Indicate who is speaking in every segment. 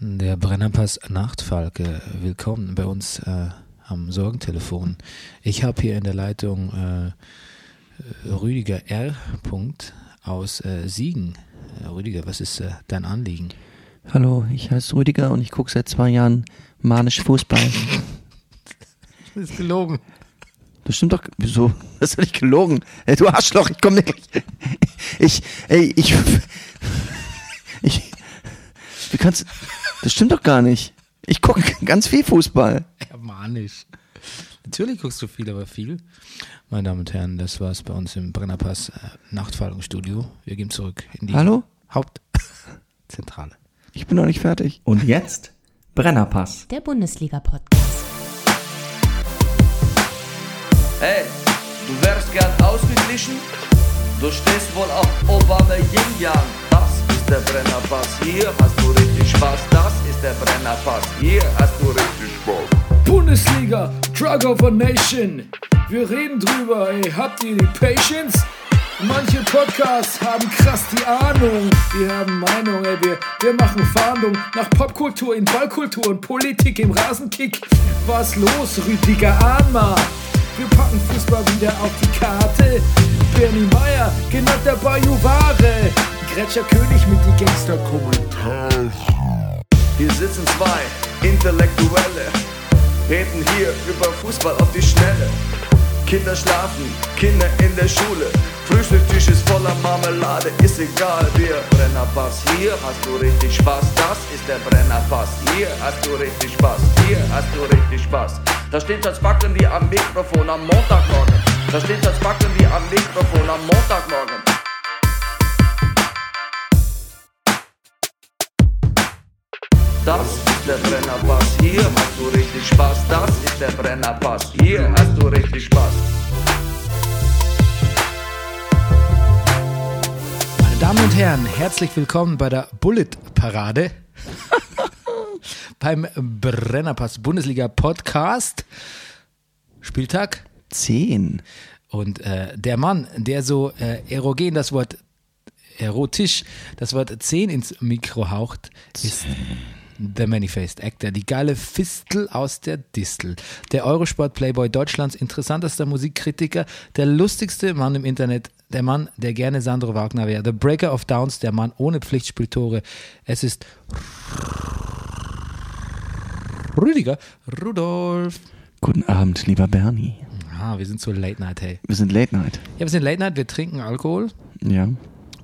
Speaker 1: Der Brennerpass Nachtfalke, willkommen bei uns äh, am Sorgentelefon. Ich habe hier in der Leitung äh, Rüdiger R. Punkt aus äh, Siegen. Rüdiger, was ist äh, dein Anliegen?
Speaker 2: Hallo, ich heiße Rüdiger und ich gucke seit zwei Jahren manisch Fußball.
Speaker 1: Das ist gelogen.
Speaker 2: Das stimmt doch. Wieso? Das ist doch nicht gelogen. Ey, du Arschloch, ich komme nicht. Ich, ey, ich, ich, wie kannst, das stimmt doch gar nicht. Ich gucke ganz viel Fußball.
Speaker 1: Ja, manisch. Natürlich guckst du viel, aber viel. Meine Damen und Herren, das war's bei uns im Brennerpass äh, Nachtfalkenstudio. Wir gehen zurück in die
Speaker 2: Hallo?
Speaker 1: Hauptzentrale.
Speaker 2: Ich bin noch nicht fertig.
Speaker 3: Und jetzt Brennerpass.
Speaker 4: Der Bundesliga-Podcast.
Speaker 5: Hey, du wärst gern ausgeglichen? Du stehst wohl auf Obama Yin Yang. Das ist der Brennerpass. Hier hast du richtig Spaß. Das ist der Brennerpass. Hier hast du richtig Spaß.
Speaker 6: Bundesliga, Drug of a Nation. Wir reden drüber, ey, habt ihr die Patience? Manche Podcasts haben krass die Ahnung. Wir haben Meinung, ey, wir, wir machen Fahndung nach Popkultur in Ballkultur und Politik im Rasenkick. Was los, Rüdiger Ahnma? Wir packen Fußball wieder auf die Karte. Bernie Meyer, genannt der Bayou Ware. Gretscher König mit die Gangster-Kommentare.
Speaker 5: Hier sitzen zwei Intellektuelle. Reden hier über Fußball auf die Schnelle. Kinder schlafen, Kinder in der Schule. Frühstückstisch ist voller Marmelade, ist egal, wir Brennerpass. Hier hast du richtig Spaß, das ist der Brennerpass. Hier hast du richtig Spaß, hier hast du richtig Spaß. Da steht als Backen wie am Mikrofon am Montagmorgen. Da steht als Backen wie am Mikrofon am Montagmorgen. Das ist der Brennerpass, hier hast du richtig Spaß. Das ist der Brennerpass, hier hast du richtig Spaß.
Speaker 1: Meine Damen und Herren, herzlich willkommen bei der Bullet Parade. Beim Brennerpass Bundesliga Podcast. Spieltag.
Speaker 2: Zehn.
Speaker 1: Und äh, der Mann, der so äh, erogen das Wort erotisch das Wort 10 ins Mikro haucht, ist The Manifest Actor, die geile Fistel aus der Distel, der Eurosport Playboy Deutschlands interessantester Musikkritiker, der lustigste Mann im Internet, der Mann, der gerne Sandro Wagner wäre, The Breaker of Downs, der Mann ohne Pflichtspieltore. Es ist Rüdiger Rudolf.
Speaker 2: Guten Abend, lieber Bernie.
Speaker 1: Ah, wir sind so Late Night, hey.
Speaker 2: Wir sind Late Night.
Speaker 1: Ja, wir sind Late Night, wir trinken Alkohol.
Speaker 2: Ja.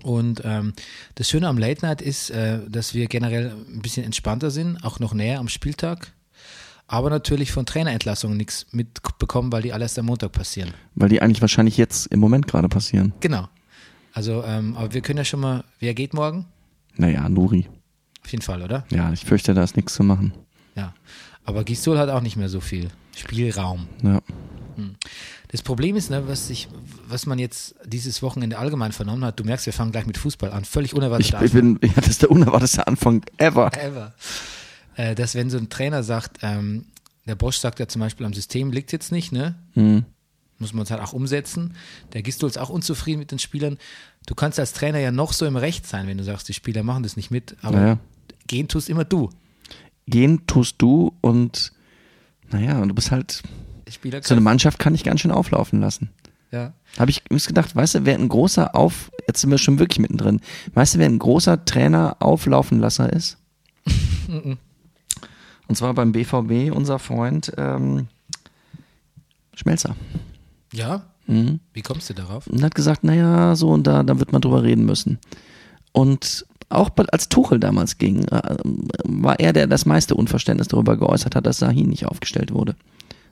Speaker 1: Und ähm, das Schöne am Late Night ist, äh, dass wir generell ein bisschen entspannter sind, auch noch näher am Spieltag. Aber natürlich von Trainerentlassungen nichts mitbekommen, weil die alle erst am Montag passieren.
Speaker 2: Weil die eigentlich wahrscheinlich jetzt im Moment gerade passieren.
Speaker 1: Genau. Also, ähm, aber wir können ja schon mal, wer geht morgen?
Speaker 2: Naja, Nuri.
Speaker 1: Auf jeden Fall, oder?
Speaker 2: Ja, ich fürchte, da ist nichts zu machen.
Speaker 1: Ja. Aber Gisdol hat auch nicht mehr so viel Spielraum.
Speaker 2: Ja.
Speaker 1: Das Problem ist, ne, was, ich, was man jetzt dieses Wochenende allgemein vernommen hat, du merkst, wir fangen gleich mit Fußball an, völlig unerwartet.
Speaker 2: Ich, ich bin, ja, das ist der unerwartetste Anfang ever.
Speaker 1: Ever. Äh, dass wenn so ein Trainer sagt, ähm, der Bosch sagt ja zum Beispiel, am System liegt jetzt nicht, ne?
Speaker 2: Hm.
Speaker 1: muss man es halt auch umsetzen. Der Gistol ist auch unzufrieden mit den Spielern. Du kannst als Trainer ja noch so im Recht sein, wenn du sagst, die Spieler machen das nicht mit, aber
Speaker 2: Naja.
Speaker 1: gehen tust immer du.
Speaker 2: Gehen tust du und naja, und du bist halt,
Speaker 1: Der Spieler
Speaker 2: so eine
Speaker 1: kann,
Speaker 2: Mannschaft kann ich ganz schön auflaufen lassen.
Speaker 1: ja.
Speaker 2: Habe ich übrigens gedacht, weißt du, wer ein großer Auf, jetzt sind wir schon wirklich mittendrin, weißt du, wer ein großer Trainer Auflaufenlasser ist? Und zwar beim BVB, unser Freund ähm, Schmelzer.
Speaker 1: ja?
Speaker 2: Mhm.
Speaker 1: Wie kommst du darauf?
Speaker 2: Und hat gesagt, naja, so und da, da wird man drüber reden müssen. Und auch bei- als Tuchel damals ging, äh, war er, der das meiste Unverständnis darüber geäußert hat, dass Sahin nicht aufgestellt wurde.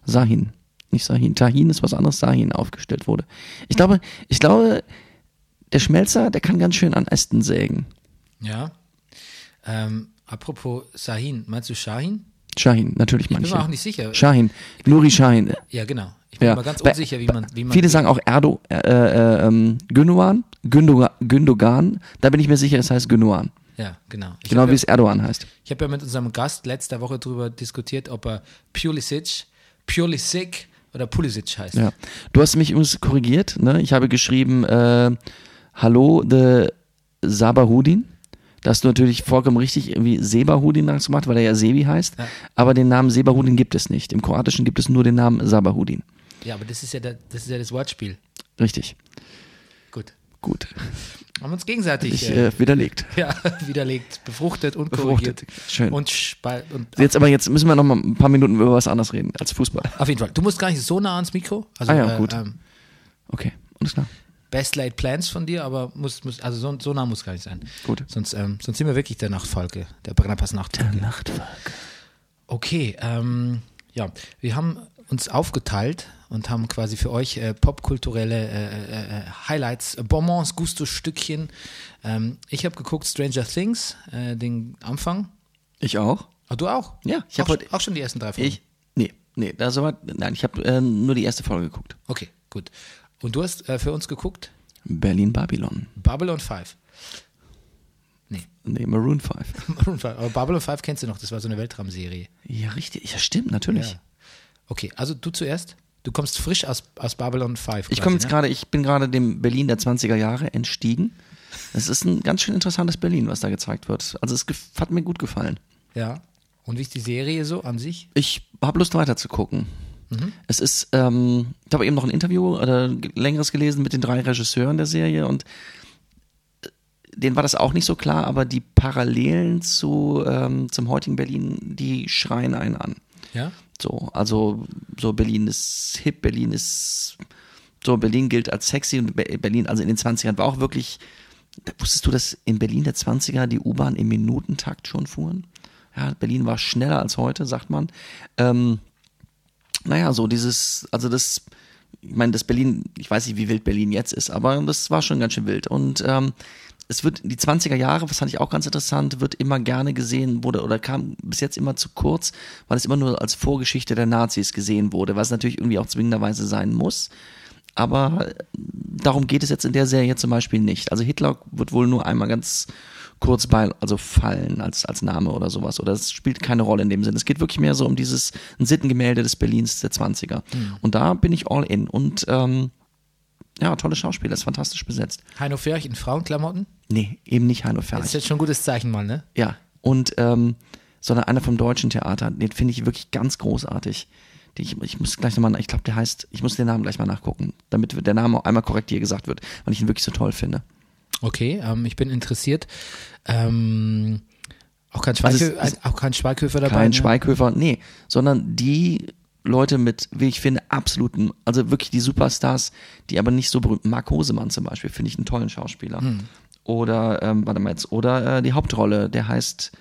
Speaker 2: Sahin, nicht Sahin. Tahin ist was anderes, Sahin aufgestellt wurde. Ich glaube, ich glaube, der Schmelzer, der kann ganz schön an Ästen sägen.
Speaker 1: Ja. Ähm, apropos Sahin, meinst du Shahin?
Speaker 2: Shahin, natürlich
Speaker 1: Ich bin
Speaker 2: manche.
Speaker 1: mir auch nicht sicher.
Speaker 2: Shahin, Nuri Shahin.
Speaker 1: ja, genau. Ich bin
Speaker 2: ja.
Speaker 1: mir ganz
Speaker 2: Bei-
Speaker 1: unsicher, wie man, wie man
Speaker 2: Viele sagen auch Erdo, äh, äh, ähm, Gündogan, Gündogan, Gündogan. Da bin ich mir sicher, es heißt Gündogan.
Speaker 1: Ja, genau. Ich
Speaker 2: Genau
Speaker 1: hab
Speaker 2: wie
Speaker 1: ja,
Speaker 2: es Erdogan heißt.
Speaker 1: ich habe ja mit unserem Gast letzte Woche darüber diskutiert, ob er Pulisic, Pulisic oder Pulisic heißt.
Speaker 2: Ja. Du hast mich übrigens korrigiert, ne? Ich habe geschrieben, äh, hallo, the Sabahudin. Da hast du natürlich vollkommen richtig irgendwie Sebahudin dazu gemacht, weil er ja Sebi heißt. Aber den Namen Sebahudin gibt es nicht. Im Kroatischen gibt es nur den Namen Sabahudin.
Speaker 1: Ja, aber das ist ja, der, das, ist ja das Wortspiel.
Speaker 2: Richtig.
Speaker 1: Gut.
Speaker 2: Gut.
Speaker 1: Haben wir uns gegenseitig
Speaker 2: Ich
Speaker 1: äh,
Speaker 2: äh, widerlegt.
Speaker 1: ja, widerlegt, befruchtet und
Speaker 2: Befruchtet.
Speaker 1: korrigiert.
Speaker 2: Schön.
Speaker 1: Und, spal- und
Speaker 2: Jetzt aber jetzt müssen wir noch mal ein paar Minuten über was anderes reden als Fußball.
Speaker 1: auf jeden Fall. Du musst gar nicht so nah ans Mikro. Also,
Speaker 2: Ah ja,
Speaker 1: äh,
Speaker 2: gut.
Speaker 1: ähm,
Speaker 2: Okay, alles klar.
Speaker 1: Best laid plans von dir, aber muss, muss also so, so nah muss gar nicht sein.
Speaker 2: Gut.
Speaker 1: Sonst, ähm, sonst sind wir wirklich der Nachtfalke, der Brennerpass Nachtfalke.
Speaker 2: Nachtwerk.
Speaker 1: Okay, ähm, ja, wir haben uns aufgeteilt und haben quasi für euch äh, popkulturelle äh, äh, äh, Highlights, äh, Bonbons, Gusto-Stückchen. Ähm, ich habe geguckt Stranger Things, äh, den Anfang.
Speaker 2: Ich auch?
Speaker 1: Ah, du auch?
Speaker 2: Ja, ich
Speaker 1: ich
Speaker 2: hab
Speaker 1: habe
Speaker 2: heute-
Speaker 1: auch schon die ersten drei Folgen.
Speaker 2: Ich? Nee, nee, da soweit. Nein, ich habe äh, nur die erste Folge geguckt.
Speaker 1: Okay, gut. Und du hast äh, für uns geguckt
Speaker 2: Berlin Babylon.
Speaker 1: Babylon 5.
Speaker 2: Nee, Maroon 5.
Speaker 1: Maroon 5. Aber Babylon 5 kennst du noch, das war so eine Weltraumserie.
Speaker 2: Ja, richtig. Ja, stimmt, natürlich.
Speaker 1: Ja. Okay, also du zuerst. Du kommst frisch aus, aus Babylon 5.
Speaker 2: Ich
Speaker 1: quasi,
Speaker 2: komme jetzt
Speaker 1: ne?
Speaker 2: gerade, ich bin gerade dem Berlin der 20er Jahre entstiegen. Es ist ein ganz schön interessantes Berlin, was da gezeigt wird. Also es gef- hat mir gut gefallen.
Speaker 1: Ja. Und wie ist die Serie so an sich?
Speaker 2: Ich habe Lust weiter zu gucken. Es ist, ähm, ich habe eben noch ein Interview oder g- längeres gelesen mit den drei Regisseuren der Serie und äh, denen war das auch nicht so klar, aber die Parallelen zu ähm, zum heutigen Berlin, die schreien einen an.
Speaker 1: Ja.
Speaker 2: So, also so Berlin ist hip, Berlin ist so Berlin gilt als sexy und Be- Berlin, also in den 20ern war auch wirklich, da wusstest du, dass in Berlin der 20er die U-Bahn im Minutentakt schon fuhren? Ja, Berlin war schneller als heute, sagt man. Ähm, naja, so dieses, also das, ich meine, das Berlin, ich weiß nicht, wie wild Berlin jetzt ist, aber das war schon ganz schön wild. Und ähm, es wird, die 20er Jahre, was fand ich auch ganz interessant, wird immer gerne gesehen, wurde oder kam bis jetzt immer zu kurz, weil es immer nur als Vorgeschichte der Nazis gesehen wurde, was natürlich irgendwie auch zwingenderweise sein muss. Aber darum geht es jetzt in der Serie zum Beispiel nicht. Also Hitler wird wohl nur einmal ganz kurz bei, also fallen als, als Name oder sowas. Oder es spielt keine Rolle in dem Sinne. Es geht wirklich mehr so um dieses ein Sittengemälde des Berlins der 20er.
Speaker 1: Hm.
Speaker 2: Und da bin ich all in. Und ähm, ja, tolle Schauspieler, ist fantastisch besetzt.
Speaker 1: Heino Ferch in Frauenklamotten.
Speaker 2: Nee, eben nicht Heino
Speaker 1: Das ist
Speaker 2: Ferch.
Speaker 1: jetzt schon ein gutes Zeichen mal, ne?
Speaker 2: Ja, und ähm, sondern einer vom deutschen Theater, den finde ich wirklich ganz großartig. Die- Ich, ich muss gleich nochmal, ich glaube, der heißt, ich muss den Namen gleich mal nachgucken, damit der Name auch einmal korrekt hier gesagt wird, weil ich ihn wirklich so toll finde.
Speaker 1: Okay, ähm, ich bin interessiert. Ähm, auch kein,
Speaker 2: Also
Speaker 1: Schweighö
Speaker 2: es-
Speaker 1: auch kein Schweighöfer dabei.
Speaker 2: Kein
Speaker 1: ne?
Speaker 2: Schweighöfer, nee, sondern die Leute mit, wie ich finde, absoluten, also wirklich die Superstars, die aber nicht so berühmt. Mark Hosemann zum Beispiel, finde ich einen tollen Schauspieler. Oder, ähm, warte mal jetzt, oder äh, die Hauptrolle, der heißt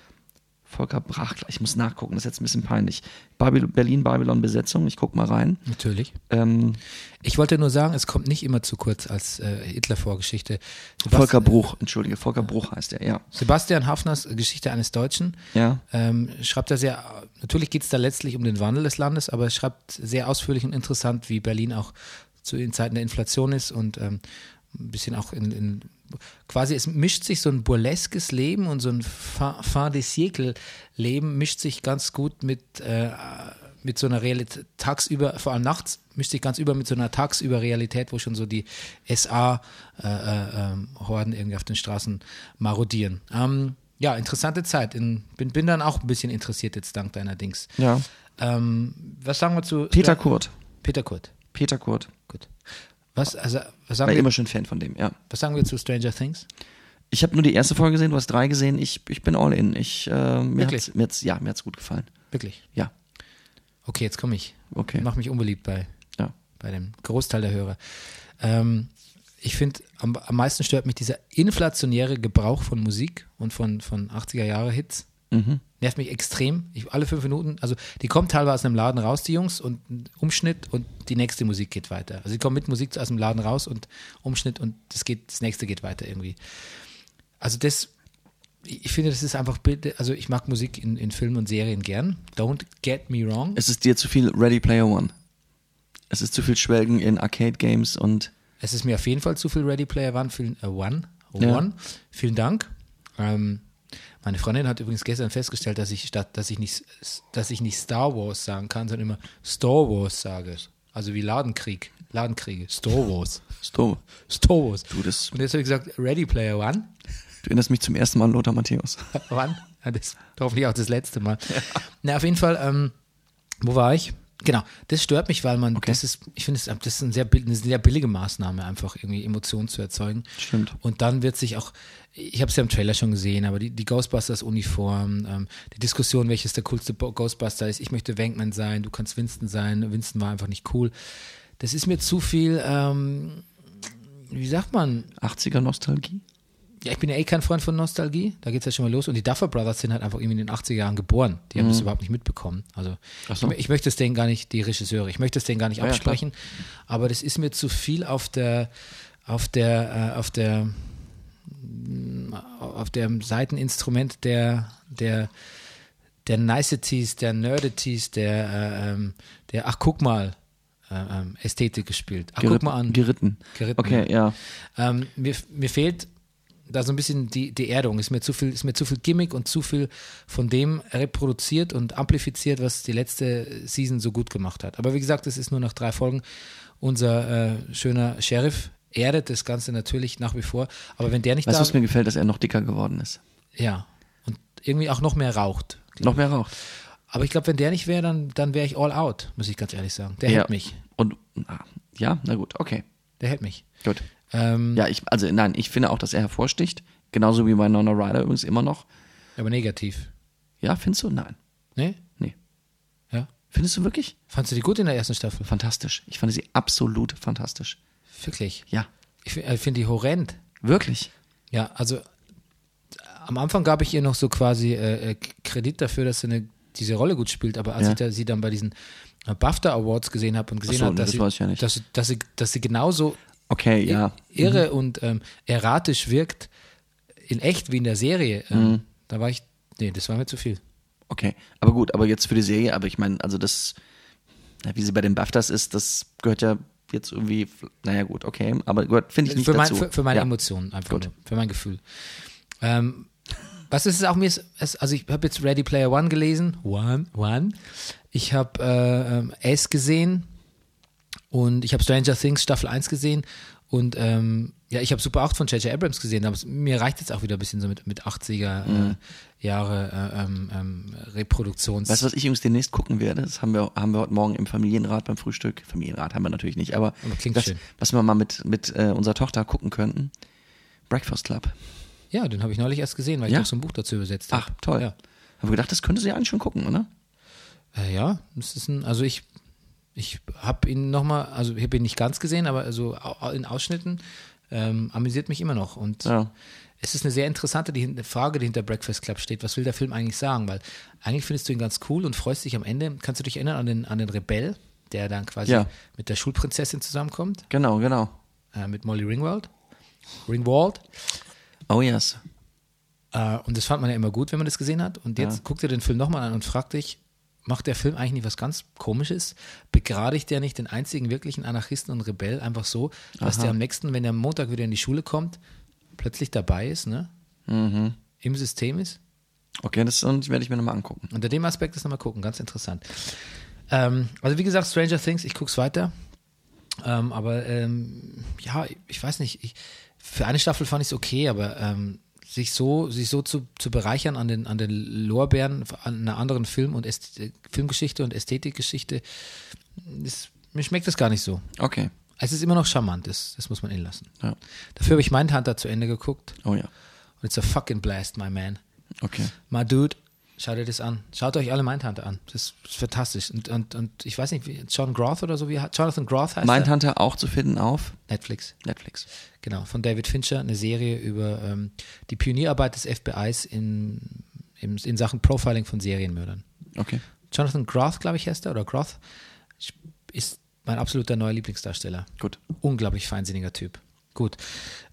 Speaker 2: Volker Brachler. Ich muss nachgucken, das ist jetzt ein bisschen peinlich. Babyl Berlin, Babylon Besetzung, ich guck mal rein.
Speaker 1: Natürlich.
Speaker 2: Ähm,
Speaker 1: Ich wollte nur sagen, es kommt nicht immer zu kurz als äh, Hitler-Vorgeschichte. Sebast-
Speaker 2: Volker Bruch, entschuldige, Volker Bruch heißt er, ja.
Speaker 1: Sebastian Hafners äh, Geschichte eines Deutschen.
Speaker 2: Ja.
Speaker 1: ähm, schreibt er sehr, natürlich geht es da letztlich um den Wandel des Landes, aber er schreibt sehr ausführlich und interessant, wie Berlin auch zu den Zeiten der Inflation ist und ähm, ein bisschen auch in, in quasi, es mischt sich so ein burleskes Leben und so ein Fin fin des siècle Leben mischt sich ganz gut mit, äh, mit so einer Realität, tagsüber, vor allem nachts, mischt sich ganz über mit so einer tagsüber Realität, wo schon so die äh, SA-Horden ähm, irgendwie auf den Straßen marodieren. Ähm, ja, interessante Zeit. In, bin, bin dann auch ein bisschen interessiert jetzt dank deiner Dings.
Speaker 2: ja.
Speaker 1: Ähm, was sagen wir zu
Speaker 2: Peter Kurt.
Speaker 1: Peter Kurt?
Speaker 2: Peter Kurt.
Speaker 1: Gut. Was, also, was,
Speaker 2: War
Speaker 1: sagen wir,
Speaker 2: immer schon Fan von dem, ja.
Speaker 1: was sagen wir zu Stranger Things?
Speaker 2: Ich habe nur die erste Folge gesehen, du hast drei gesehen. Ich, ich bin all in. Ich, äh, mir
Speaker 1: Wirklich?
Speaker 2: hat's, mir hat's, ja, mir hat's gut gefallen.
Speaker 1: Wirklich.
Speaker 2: Ja,
Speaker 1: Okay, jetzt komme ich.
Speaker 2: okay.
Speaker 1: Mach mich unbeliebt bei,
Speaker 2: Ja.
Speaker 1: bei dem Großteil der Hörer. Ähm, ich finde, am, am meisten stört mich dieser inflationäre Gebrauch von Musik und von, von 80er-Jahre-Hits. Nervt mich extrem. Ich, alle fünf Minuten, also die kommen teilweise aus einem Laden raus, die Jungs, und ein Umschnitt und die nächste Musik geht weiter. Also die kommen mit Musik aus dem Laden raus und Umschnitt und das, geht, das nächste geht weiter irgendwie. Also das, ich ich finde, das ist einfach, Bild- also ich mag Musik in, in Filmen und Serien gern. Don't get me wrong.
Speaker 2: Es ist dir zu viel Ready Player One. Es ist zu viel Schwelgen in Arcade Games und
Speaker 1: Es ist mir auf jeden Fall zu viel Ready Player One. Vielen, äh, one,
Speaker 2: Ja.
Speaker 1: one. vielen Dank. Ähm, meine Freundin hat übrigens gestern festgestellt, dass ich statt, dass ich nicht, dass ich nicht Star Wars sagen kann, sondern immer Star Wars sage. Also wie Ladenkrieg, Ladenkriege, Star Wars,
Speaker 2: Stor.
Speaker 1: Star Wars.
Speaker 2: Du, das-
Speaker 1: Und jetzt habe ich gesagt Ready Player One.
Speaker 2: Du erinnerst mich zum ersten Mal an Lothar Matthäus.
Speaker 1: Wann? Ja, Das, hoffentlich auch das letzte Mal. Na, auf jeden Fall, ähm, wo war ich? Genau, das stört mich, weil man, das ist, ich finde, das, das ist ein sehr, bill- eine sehr billige Maßnahme, einfach irgendwie Emotionen zu erzeugen.
Speaker 2: Stimmt.
Speaker 1: Und dann wird sich auch, ich habe es ja im Trailer schon gesehen, aber die, die Ghostbusters-Uniform, ähm, die Diskussion, welches der coolste Bo- Ghostbuster ist, ich möchte Wankman sein, du kannst Winston sein, Winston war einfach nicht cool. Das ist mir zu viel, ähm, wie sagt man,
Speaker 2: 80er Nostalgie?
Speaker 1: ja, ich bin ja eh kein Freund von Nostalgie. Da geht's ja schon mal los. Und die Duffer Brothers sind halt einfach irgendwie in den 80er Jahren geboren. Die haben das überhaupt nicht mitbekommen. Also
Speaker 2: Mhm. so.
Speaker 1: ich, ich möchte es denen gar nicht, die Regisseure, ich möchte es denen gar nicht
Speaker 2: ja, klar.
Speaker 1: absprechen. aber das ist mir zu viel auf der, auf der, äh, auf der, mh, auf dem Seiteninstrument der, der, der Niceties, der Nerdities, der, äh, ähm, der, ach guck mal, äh, ähm, Ästhetik gespielt. Ach guck
Speaker 2: Geritten-
Speaker 1: mal an.
Speaker 2: Geritten.
Speaker 1: Geritten,
Speaker 2: Okay, ja.
Speaker 1: Ähm, mir, mir fehlt da so ein bisschen die, die Erdung. Ist mir, zu viel, ist mir zu viel Gimmick und zu viel von dem reproduziert und amplifiziert, was die letzte Season so gut gemacht hat. Aber wie gesagt, es ist nur nach drei Folgen. Unser äh, schöner Sheriff erdet das Ganze natürlich nach wie vor. Aber wenn der nicht
Speaker 2: Weißt du,
Speaker 1: da
Speaker 2: was mir gefällt, dass er noch dicker geworden ist?
Speaker 1: ja. Und irgendwie auch noch mehr raucht.
Speaker 2: Noch mehr raucht.
Speaker 1: Aber ich glaube, wenn der nicht wäre, dann, dann wäre ich all out, muss ich ganz ehrlich sagen. Der hält mich.
Speaker 2: Und ah, ja, na gut, okay.
Speaker 1: Der hält mich.
Speaker 2: Gut.
Speaker 1: Ähm,
Speaker 2: Ja, ich, also nein, ich finde auch, dass er hervorsticht. Genauso wie bei Nona Ryder übrigens immer noch.
Speaker 1: Aber negativ.
Speaker 2: Ja, findest du? Nein.
Speaker 1: Ne?
Speaker 2: Nee.
Speaker 1: Ja.
Speaker 2: Findest du wirklich?
Speaker 1: Fandst du die gut in der ersten Staffel?
Speaker 2: Fantastisch. Ich fand sie absolut fantastisch.
Speaker 1: Wirklich.
Speaker 2: Ja,
Speaker 1: Ich fi- äh, finde die horrend.
Speaker 2: wirklich.
Speaker 1: Ja, also äh, am Anfang gab ich ihr noch so quasi äh, äh, K- Kredit dafür, dass sie eine, diese Rolle gut spielt, aber als
Speaker 2: Ja.
Speaker 1: ich da, sie dann bei diesen äh, BAFTA Awards gesehen habe und gesehen
Speaker 2: so,
Speaker 1: habe,
Speaker 2: das
Speaker 1: dass, sie-
Speaker 2: weiß ich ja nicht.
Speaker 1: dass, sie- dass, sie- dass sie genauso
Speaker 2: Okay,
Speaker 1: i-
Speaker 2: ja. Mhm.
Speaker 1: irre und ähm, erratisch wirkt, in echt wie in der Serie, ähm,
Speaker 2: Mhm.
Speaker 1: da war ich, nee, das war mir zu viel.
Speaker 2: Okay. Aber gut, aber jetzt für die Serie, aber ich meine, also das, na, wie sie bei den BAFTAs ist, das gehört ja jetzt irgendwie, naja gut, okay, aber gehört, finde ich nicht
Speaker 1: Für, mein,
Speaker 2: dazu.
Speaker 1: für, für meine
Speaker 2: ja.
Speaker 1: Emotionen einfach,
Speaker 2: Gut.
Speaker 1: nur, für mein Gefühl. Ähm, was ist es auch mir? Ist, es, also ich habe jetzt Ready Player One gelesen. One, one. Ich habe äh, ähm, Ace gesehen und ich habe Stranger Things Staffel 1 gesehen und ähm, ja, ich habe Super 8 von J.J. Abrams gesehen, aber es- mir reicht jetzt auch wieder ein bisschen so mit, mit 80er
Speaker 2: Mhm.
Speaker 1: äh, Jahre äh, ähm, ähm, Reproduktions...
Speaker 2: Weißt du, was ich übrigens demnächst gucken werde? Das haben wir, haben wir heute Morgen im Familienrat beim Frühstück. Familienrat haben wir natürlich nicht, aber,
Speaker 1: Aber klingt
Speaker 2: das,
Speaker 1: schön.
Speaker 2: was wir mal mit, mit äh, unserer Tochter gucken könnten. Breakfast Club.
Speaker 1: ja, den habe ich neulich erst gesehen, weil
Speaker 2: Ja?
Speaker 1: ich doch so ein Buch dazu übersetzt habe.
Speaker 2: Ach, toll.
Speaker 1: Ja.
Speaker 2: Haben wir gedacht, das könnte sie eigentlich schon gucken, oder?
Speaker 1: Äh, ja, das ist ein, also ich, ich habe ihn nochmal, also ich habe ihn nicht ganz gesehen, aber so au- in Ausschnitten ähm, amüsiert mich immer noch. Und
Speaker 2: Ja.
Speaker 1: es ist eine sehr interessante die, hin- Frage, die hinter Breakfast Club steht. Was will der Film eigentlich sagen? Weil eigentlich findest du ihn ganz cool und freust dich am Ende. Kannst du dich erinnern an den, an den Rebell, der dann quasi
Speaker 2: Ja.
Speaker 1: mit der Schulprinzessin zusammenkommt,
Speaker 2: Genau, genau.
Speaker 1: äh, mit Molly Ringwald? Ringwald.
Speaker 2: Oh yes.
Speaker 1: Äh, und das fand man ja immer gut, wenn man das gesehen hat. Und jetzt guck dir den Film nochmal an und frag dich, macht der Film eigentlich nicht was ganz Komisches? Begradigt der nicht den einzigen wirklichen Anarchisten und Rebell einfach so, dass der am nächsten, wenn der am Montag wieder in die Schule kommt, plötzlich dabei ist, ne? Im System ist?
Speaker 2: Okay, das und werde ich mir nochmal angucken.
Speaker 1: Unter dem Aspekt ist nochmal gucken, ganz interessant. Ähm, also wie gesagt, Stranger Things, ich guck's weiter. Ähm, aber ähm, ja, ich weiß nicht. Ich, für eine Staffel fand ich es okay, aber ähm, sich so, sich so zu, zu bereichern an den, an den Lorbeeren an einer anderen Film und Äst Filmgeschichte und Ästhetikgeschichte, ist, mir schmeckt das gar nicht so.
Speaker 2: Okay.
Speaker 1: Es ist immer noch charmant, das, das muss man innen lassen.
Speaker 2: Ja.
Speaker 1: Dafür habe ich Mindhunter zu Ende geguckt
Speaker 2: Oh ja.
Speaker 1: und it's a fucking blast, my man.
Speaker 2: Okay.
Speaker 1: My Dude, schaut euch das an. Schaut euch alle Mindhunter an. Das ist fantastisch. Und, und, und ich weiß nicht, wie John Groth oder so, wie er- Jonathan Groth heißt er?
Speaker 2: Mindhunter auch zu finden auf
Speaker 1: Netflix.
Speaker 2: Netflix.
Speaker 1: Genau, von David Fincher, eine Serie über ähm, die Pionierarbeit des FBIs in, im, in Sachen Profiling von Serienmördern.
Speaker 2: Okay.
Speaker 1: Jonathan Groth, glaube ich, heißt er, oder Groth, ist mein absoluter neuer Lieblingsdarsteller.
Speaker 2: Gut.
Speaker 1: Unglaublich feinsinniger Typ. Gut.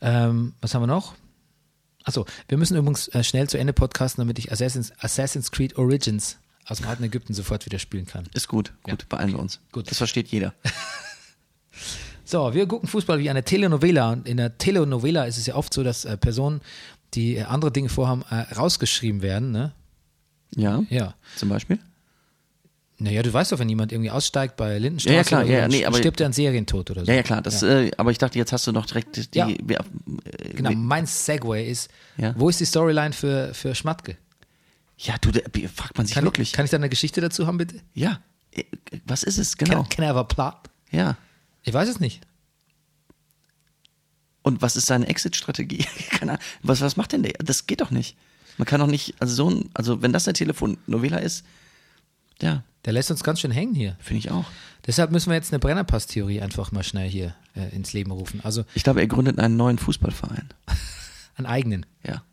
Speaker 1: Ähm, was haben wir noch? Achso, wir müssen übrigens äh, schnell zu Ende podcasten, damit ich Assassin's, Assassin's Creed Origins aus dem alten Ägypten sofort wieder spielen kann.
Speaker 2: Ist gut. Gut. Beeilen wir uns.
Speaker 1: Gut.
Speaker 2: Das versteht jeder.
Speaker 1: So, wir gucken Fußball wie eine Telenovela. Und in der Telenovela ist es ja oft so, dass äh, Personen, die äh, andere Dinge vorhaben, äh, rausgeschrieben werden. Ne?
Speaker 2: Ja.
Speaker 1: Ja.
Speaker 2: Zum Beispiel?
Speaker 1: Naja, du weißt doch, wenn jemand irgendwie aussteigt bei Lindenstraße,
Speaker 2: Ja, ja, klar,
Speaker 1: oder so,
Speaker 2: ja,
Speaker 1: dann
Speaker 2: nee, aber-
Speaker 1: stirbt er an Serientod oder so.
Speaker 2: Ja, ja, klar. Das, Äh, aber ich dachte, jetzt hast du noch direkt die.
Speaker 1: Ja.
Speaker 2: wer- äh,
Speaker 1: Genau, mein Segway ist,
Speaker 2: Ja.
Speaker 1: wo ist die Storyline für, für Schmatke?
Speaker 2: Ja, du, da fragt man sich
Speaker 1: Kann,
Speaker 2: wirklich.
Speaker 1: Ich, kann ich da eine Geschichte dazu haben, bitte?
Speaker 2: ja. Äh, Was ist es, genau?
Speaker 1: Can, can I have a plot?
Speaker 2: Ja.
Speaker 1: Ich weiß es nicht.
Speaker 2: Und was ist seine Exit-Strategie? Keine Ahnung. was, was macht denn der? Das geht doch nicht. Man kann doch nicht, also so ein, also wenn das der Telefonnovela ist, ja,
Speaker 1: Der lässt uns ganz schön hängen hier.
Speaker 2: finde ich auch.
Speaker 1: Deshalb müssen wir jetzt eine Brennerpass-Theorie einfach mal schnell hier äh, ins Leben rufen. Also
Speaker 2: Ich glaube, er gründet einen neuen Fußballverein.
Speaker 1: einen eigenen.
Speaker 2: Ja.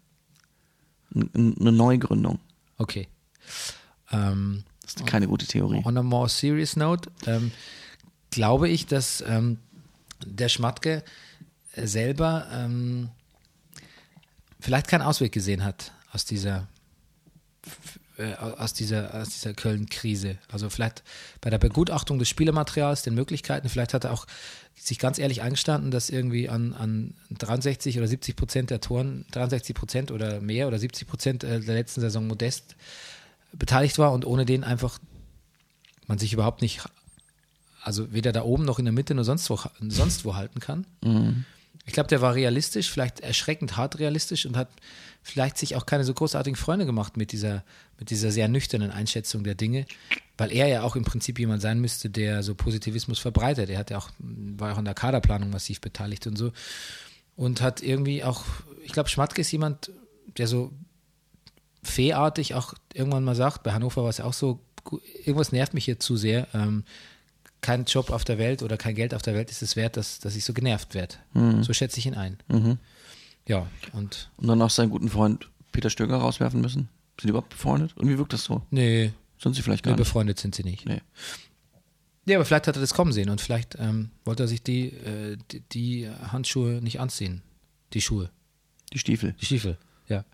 Speaker 2: N- n- Eine Neugründung.
Speaker 1: Okay. Ähm,
Speaker 2: Das ist keine gute Theorie.
Speaker 1: on a more serious note, ähm, glaube ich, dass ähm, der Schmatke selber ähm, vielleicht keinen Ausweg gesehen hat aus dieser f- äh, aus dieser, aus dieser Köln-Krise. Also vielleicht bei der Begutachtung des Spielermaterials, den Möglichkeiten, vielleicht hat er auch sich ganz ehrlich eingestanden, dass irgendwie an, an 63 oder 70 Prozent der Toren, 63 Prozent oder mehr oder 70 Prozent äh, der letzten Saison Modest beteiligt war und ohne den einfach man sich überhaupt nicht, also weder da oben noch in der Mitte nur sonst wo, sonst wo halten kann. Ich glaube, der war realistisch, vielleicht erschreckend hart realistisch und hat vielleicht sich auch keine so großartigen Freunde gemacht mit dieser, mit dieser sehr nüchternen Einschätzung der Dinge, weil er ja auch im Prinzip jemand sein müsste, der so Positivismus verbreitet. Er hat ja auch, war auch an der Kaderplanung massiv beteiligt und so. Und hat irgendwie auch, ich glaube, Schmatke ist jemand, der so fehlartig auch irgendwann mal sagt, bei Hannover war es auch so, gu- irgendwas nervt mich hier zu sehr. Ähm, kein Job auf der Welt oder kein Geld auf der Welt ist es wert, dass, dass ich so genervt werde.
Speaker 2: Mhm.
Speaker 1: So schätze ich ihn ein. Ja, und
Speaker 2: Und dann auch seinen guten Freund Peter Stöger rauswerfen müssen. Sind die überhaupt befreundet? Und wie wirkt das so?
Speaker 1: nee,
Speaker 2: Sind sie vielleicht
Speaker 1: nee
Speaker 2: gar nicht?
Speaker 1: befreundet sind sie nicht.
Speaker 2: Nee.
Speaker 1: Ja, aber vielleicht hat er das kommen sehen und vielleicht ähm, wollte er sich die, äh, die, die Handschuhe nicht anziehen. Die Schuhe,
Speaker 2: Die Stiefel,
Speaker 1: die Stiefel, ja.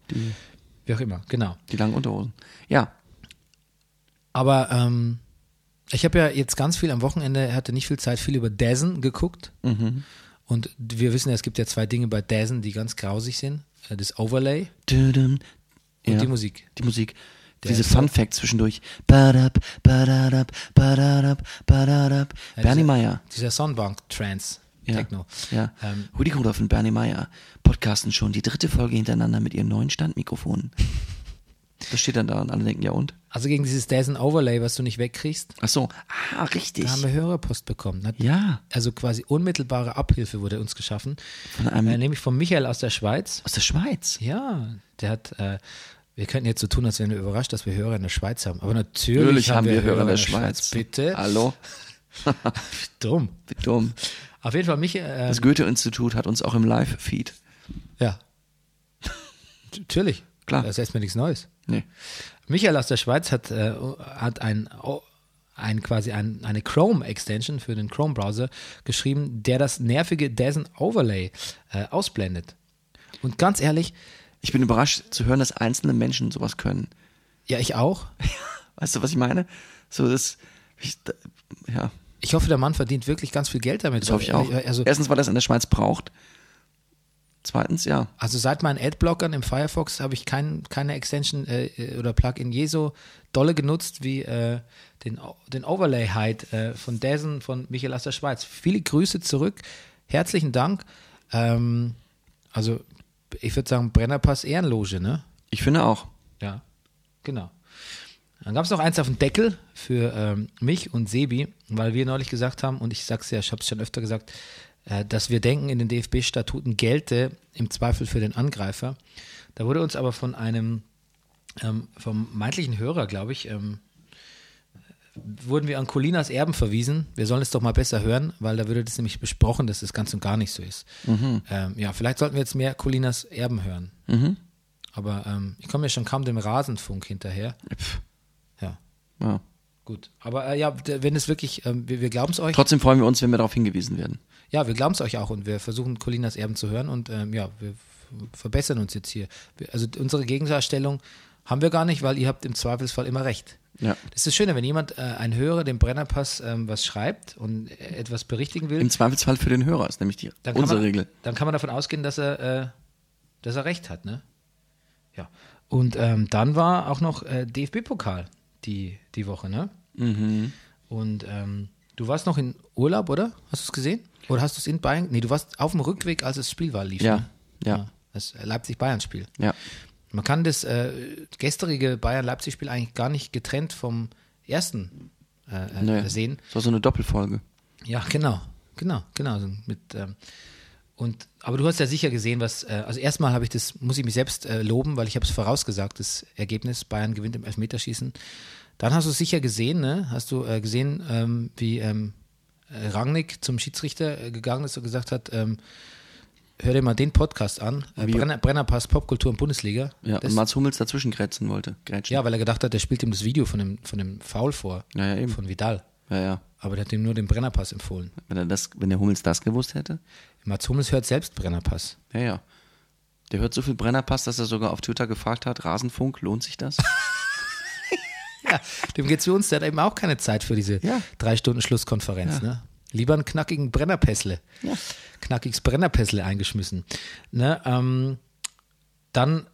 Speaker 1: Wie auch immer, genau.
Speaker 2: die langen Unterhosen. Ja,
Speaker 1: Aber ähm, ich habe ja jetzt ganz viel am Wochenende, hatte nicht viel Zeit, viel über Dazen geguckt.
Speaker 2: Mhm.
Speaker 1: Und wir wissen ja, es gibt ja zwei Dinge bei Dazen, die ganz grausig sind. Äh, Das Overlay
Speaker 2: Düdüm.
Speaker 1: und
Speaker 2: Ja.
Speaker 1: die Musik.
Speaker 2: Die Musik.
Speaker 1: Der
Speaker 2: Diese
Speaker 1: ist
Speaker 2: Fun Facts zwischendurch. Badab, badadab, badadab, badadab. Bernie
Speaker 1: dieser-
Speaker 2: Meyer.
Speaker 1: Dieser Sonnenbank-Trance,
Speaker 2: Ja.
Speaker 1: Techno.
Speaker 2: Ja.
Speaker 1: Ähm,
Speaker 2: Rudi Rudolph und Bernie Meyer podcasten schon die dritte Folge hintereinander mit ihren neuen Standmikrofonen. Das steht dann da und alle denken, ja und?
Speaker 1: Also gegen dieses Dazen Overlay, was du nicht wegkriegst,
Speaker 2: Ach so, ah, richtig.
Speaker 1: da haben wir Hörerpost bekommen. Hat-
Speaker 2: Ja,
Speaker 1: Also quasi unmittelbare Abhilfe wurde uns geschaffen.
Speaker 2: von einem
Speaker 1: Äh, nämlich von Michael aus der Schweiz.
Speaker 2: aus der Schweiz.
Speaker 1: Ja, der hat. Äh, wir könnten jetzt so tun, als wären wir überrascht, dass wir Hörer in der Schweiz haben. Aber natürlich,
Speaker 2: Natürlich haben wir Hörer in der Schweiz.
Speaker 1: Bitte. Ähm,
Speaker 2: Hallo,
Speaker 1: Dumm.
Speaker 2: wie dumm.
Speaker 1: Auf jeden Fall, Michael. Äh,
Speaker 2: Das Goethe-Institut hat uns auch im Live-Feed.
Speaker 1: ja. Natürlich.
Speaker 2: Klar.
Speaker 1: Das ist erstmal nichts Neues.
Speaker 2: Nee.
Speaker 1: Michael aus der Schweiz hat, äh, hat ein, oh, ein quasi ein, eine Chrome-Extension für den Chrome-Browser geschrieben, der das nervige Dazen Overlay äh, ausblendet. Und ganz ehrlich,
Speaker 2: Ich bin überrascht zu hören, dass einzelne Menschen sowas können.
Speaker 1: ja, ich auch.
Speaker 2: Weißt du, was ich meine? So, das, ich, da, ja,
Speaker 1: Ich hoffe, der Mann verdient wirklich ganz viel Geld damit.
Speaker 2: das hoffe ich auch.
Speaker 1: Also,
Speaker 2: Erstens, weil das in der Schweiz braucht. Zweitens, ja,
Speaker 1: Also seit meinen Adblockern im Firefox habe ich kein, keine Extension äh, oder Plugin je so dolle genutzt wie äh, den, O- den Overlay-Hide äh, von Dazen von Michael aus der Schweiz. Viele Grüße zurück. Herzlichen Dank. Ähm, also ich würde sagen, Brennerpass Ehrenloge, ne?
Speaker 2: ich finde auch.
Speaker 1: Ja, genau. Dann gab es noch eins auf dem Deckel für ähm, mich und Sebi, weil wir neulich gesagt haben, und ich sag's ja, ich habe es schon öfter gesagt, äh, dass wir denken, in den DFB-Statuten gelte im Zweifel für den Angreifer. Da wurde uns aber von einem ähm, vom meintlichen Hörer, glaube ich, ähm, wurden wir an Colinas Erben verwiesen. Wir sollen es doch mal besser hören, weil da würde das nämlich besprochen, dass das ganz und gar nicht so ist. Ähm, ja, vielleicht sollten wir jetzt mehr Colinas Erben hören. Aber ähm, ich komme ja schon kaum dem Rasenfunk hinterher. Ja,
Speaker 2: Ja.
Speaker 1: gut. Aber äh, ja, d- wenn es wirklich, ähm, wir, wir glauben es euch.
Speaker 2: Trotzdem freuen wir uns, wenn wir darauf hingewiesen werden.
Speaker 1: Ja, wir glauben es euch auch und wir versuchen Colinas Erben zu hören und ähm, ja, wir f- verbessern uns jetzt hier. Wir, also unsere Gegendarstellung haben wir gar nicht, weil ihr habt im Zweifelsfall immer recht.
Speaker 2: Ja.
Speaker 1: Das ist das Schöne, wenn jemand, äh, ein Hörer, dem Brennerpass ähm, was schreibt und äh, etwas berichtigen will,
Speaker 2: Im Zweifelsfall für den Hörer ist nämlich die,
Speaker 1: dann kann,
Speaker 2: unsere
Speaker 1: man,
Speaker 2: Regel.
Speaker 1: dann kann man davon ausgehen, dass er, äh, dass er recht hat, ne? Ja. Und ähm, dann war auch noch äh, DFB-Pokal die, die Woche, ne?
Speaker 2: Mhm.
Speaker 1: Und ähm, du warst noch in Urlaub, oder? Hast du es gesehen? Oder hast du es in Bayern? Nee, du warst auf dem Rückweg, als das Spiel war, lief.
Speaker 2: Ja,
Speaker 1: ne?
Speaker 2: ja.
Speaker 1: Das äh, Leipzig-Bayern-Spiel.
Speaker 2: Ja.
Speaker 1: Man kann das äh, gestrige Bayern-Leipzig-Spiel eigentlich gar nicht getrennt vom ersten äh, äh,
Speaker 2: Naja.
Speaker 1: sehen.
Speaker 2: Das war so eine Doppelfolge.
Speaker 1: Ja, genau, genau, genau. Also mit, ähm, und, aber du hast ja sicher gesehen, was, äh, also erstmal habe ich das, muss ich mich selbst äh, loben, weil ich habe es vorausgesagt, das Ergebnis, Bayern gewinnt im Elfmeterschießen. Dann hast du es sicher gesehen, ne? Hast du äh, gesehen, ähm, wie ähm, äh, Rangnick zum Schiedsrichter äh, gegangen ist und gesagt hat, ähm, hör dir mal den Podcast an, äh, Brenner, Brennerpass Popkultur und Bundesliga.
Speaker 2: Ja,
Speaker 1: das,
Speaker 2: und Mats Hummels dazwischen grätschen wollte. Grätschen.
Speaker 1: ja, weil er gedacht hat, der spielt ihm das Video von dem, von dem Foul vor,
Speaker 2: Ja, ja, eben.
Speaker 1: von Vidal.
Speaker 2: Ja, ja.
Speaker 1: Aber der hat ihm nur den Brennerpass empfohlen.
Speaker 2: Wenn, er das, wenn der Hummels das gewusst hätte.
Speaker 1: Mats Hummels hört selbst Brennerpass.
Speaker 2: Ja, ja. Der hört so viel Brennerpass, dass er sogar auf Twitter gefragt hat, Rasenfunk, lohnt sich das?
Speaker 1: Ja, dem geht's wie uns, der hat eben auch keine Zeit für diese
Speaker 2: Ja.
Speaker 1: drei Stunden Schlusskonferenz.
Speaker 2: Ja.
Speaker 1: Ne? Lieber einen knackigen Brennerpässle.
Speaker 2: Ja.
Speaker 1: Knackiges Brennerpässle eingeschmissen. Ne, ähm, dann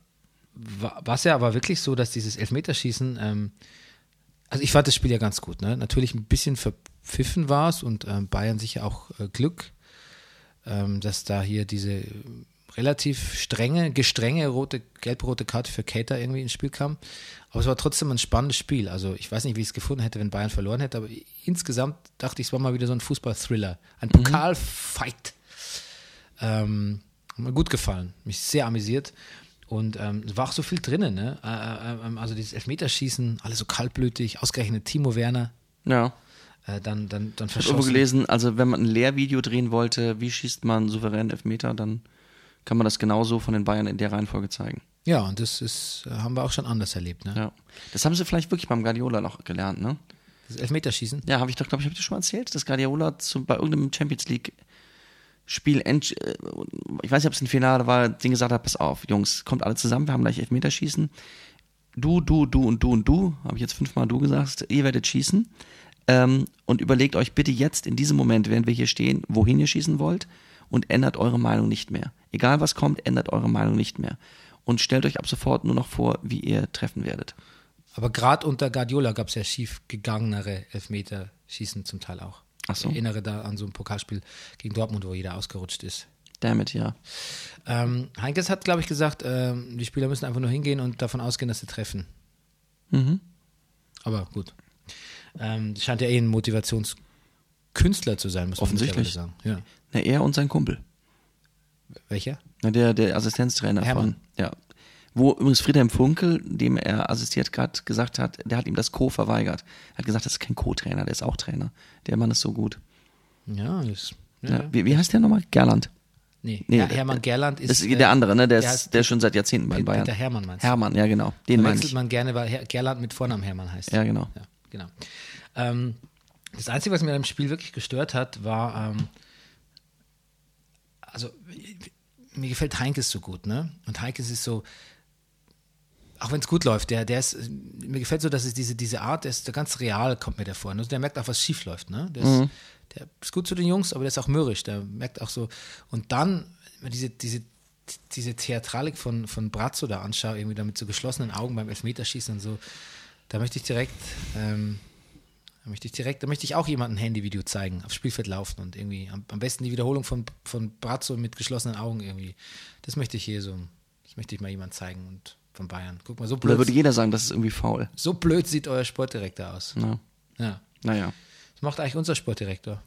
Speaker 1: war es ja aber wirklich so, dass dieses Elfmeterschießen, ähm, also ich fand das Spiel ja ganz gut. Ne? Natürlich ein bisschen verpfiffen war es und ähm, Bayern sicher auch äh, Glück, ähm, dass da hier diese relativ strenge, gestrenge rote, gelb-rote Karte für Kater irgendwie ins Spiel kam. Aber es war trotzdem ein spannendes Spiel. Also ich weiß nicht, wie ich es gefunden hätte, wenn Bayern verloren hätte, aber insgesamt dachte ich, es war mal wieder so ein Fußball-Thriller.
Speaker 2: Mhm.
Speaker 1: Ein Pokalfight. Ähm, hat mir gut gefallen, mich sehr amüsiert. Und ähm, es war auch so viel drinnen, ne? Äh, äh, ähm, also dieses Elfmeterschießen, alles so kaltblütig, ausgerechnet Timo Werner,
Speaker 2: ja.
Speaker 1: äh, dann, dann, dann
Speaker 2: Ich habe
Speaker 1: verschossen.
Speaker 2: gelesen, also wenn man ein Lehrvideo drehen wollte, wie schießt man souverän Elfmeter, dann kann man das genauso von den Bayern in der Reihenfolge zeigen.
Speaker 1: Ja, und das ist, äh, haben wir auch schon anders erlebt, ne?
Speaker 2: Ja. Das haben sie vielleicht wirklich beim Guardiola noch gelernt, ne?
Speaker 1: Das Elfmeterschießen.
Speaker 2: Ja, habe ich doch, glaube ich, habe ich dir schon mal erzählt, dass Guardiola zum, bei irgendeinem Champions League Spiel, entsch- äh, ich weiß nicht, ob es ein Finale war, den gesagt hat, pass auf, Jungs, kommt alle zusammen, wir haben gleich Elfmeterschießen. Du, du, du und du und du, habe ich jetzt fünfmal du gesagt, ihr werdet schießen. Ähm, und überlegt euch bitte jetzt in diesem Moment, während wir hier stehen, wohin ihr schießen wollt und ändert eure Meinung nicht mehr. Egal was kommt, ändert eure Meinung nicht mehr. Und stellt euch ab sofort nur noch vor, wie ihr treffen werdet.
Speaker 1: Aber gerade unter Guardiola gab es ja schief gegangenere Elfmeterschießen zum Teil auch.
Speaker 2: Ach so.
Speaker 1: Ich erinnere da an so ein Pokalspiel gegen Dortmund, wo jeder ausgerutscht ist.
Speaker 2: Damit, ja.
Speaker 1: Ähm, Heinkes hat, glaube ich, gesagt, ähm, die Spieler müssen einfach nur hingehen und davon ausgehen, dass sie treffen.
Speaker 2: Mhm.
Speaker 1: Aber gut. Ähm, scheint ja eh ein Motivationskünstler zu sein, muss man
Speaker 2: Offensichtlich.
Speaker 1: mittlerweile sagen.
Speaker 2: Na, er und sein Kumpel.
Speaker 1: Ja. Welcher?
Speaker 2: Na, der, der Assistenztrainer
Speaker 1: Hermann.
Speaker 2: von. Ja. Wo übrigens Friedhelm Funkel, dem er assistiert hat, gesagt hat, der hat ihm das Co. verweigert. Er hat gesagt, das ist kein Co-Trainer, der ist auch Trainer. Der Mann ist so gut.
Speaker 1: Ja, ist. Ja,
Speaker 2: Ja.
Speaker 1: ja.
Speaker 2: Wie, wie heißt der nochmal? Gerland.
Speaker 1: Nee.
Speaker 2: Nee,
Speaker 1: ja, Hermann Gerland ist.
Speaker 2: Das ist
Speaker 1: äh,
Speaker 2: der andere, ne? Der,
Speaker 1: der heißt
Speaker 2: ist, der ist schon seit Jahrzehnten bei
Speaker 1: Peter
Speaker 2: Bayern.
Speaker 1: Hermann meinst du?
Speaker 2: Hermann, ja, genau. Den meine
Speaker 1: Wechselt
Speaker 2: ich.
Speaker 1: man gerne, weil Her Gerland mit Vornamen Hermann heißt.
Speaker 2: Ja, genau.
Speaker 1: Ja, genau. Ähm, das Einzige, was mir an dem Spiel wirklich gestört hat, war, ähm, also mir gefällt Heinkes so gut, ne? Und Heinkes ist so, auch wenn es gut läuft, der, der ist, mir gefällt so, dass es diese, diese Art, der ist so ganz real, kommt mir der vor. ne? Der merkt auch, was schief läuft, ne? Der ist, der ist gut zu den Jungs, aber der ist auch mürrisch, der merkt auch so. Und dann, wenn diese, diese, diese Theatralik von, von Brazzo da anschaue, irgendwie da mit so geschlossenen Augen beim Elfmeterschießen und so, da möchte ich direkt, ähm, da möchte ich direkt, da möchte ich auch jemandem ein Handyvideo zeigen, aufs Spielfeld laufen und irgendwie am, am besten die Wiederholung von, von Brazzo mit geschlossenen Augen irgendwie. Das möchte ich hier so, das möchte ich mal jemand zeigen und von Bayern. Guck mal, so
Speaker 2: Oder würde
Speaker 1: blöd,
Speaker 2: jeder sagen, das ist irgendwie faul.
Speaker 1: so blöd sieht euer Sportdirektor aus.
Speaker 2: Ja.
Speaker 1: Ja.
Speaker 2: Naja.
Speaker 1: Das macht eigentlich unser Sportdirektor.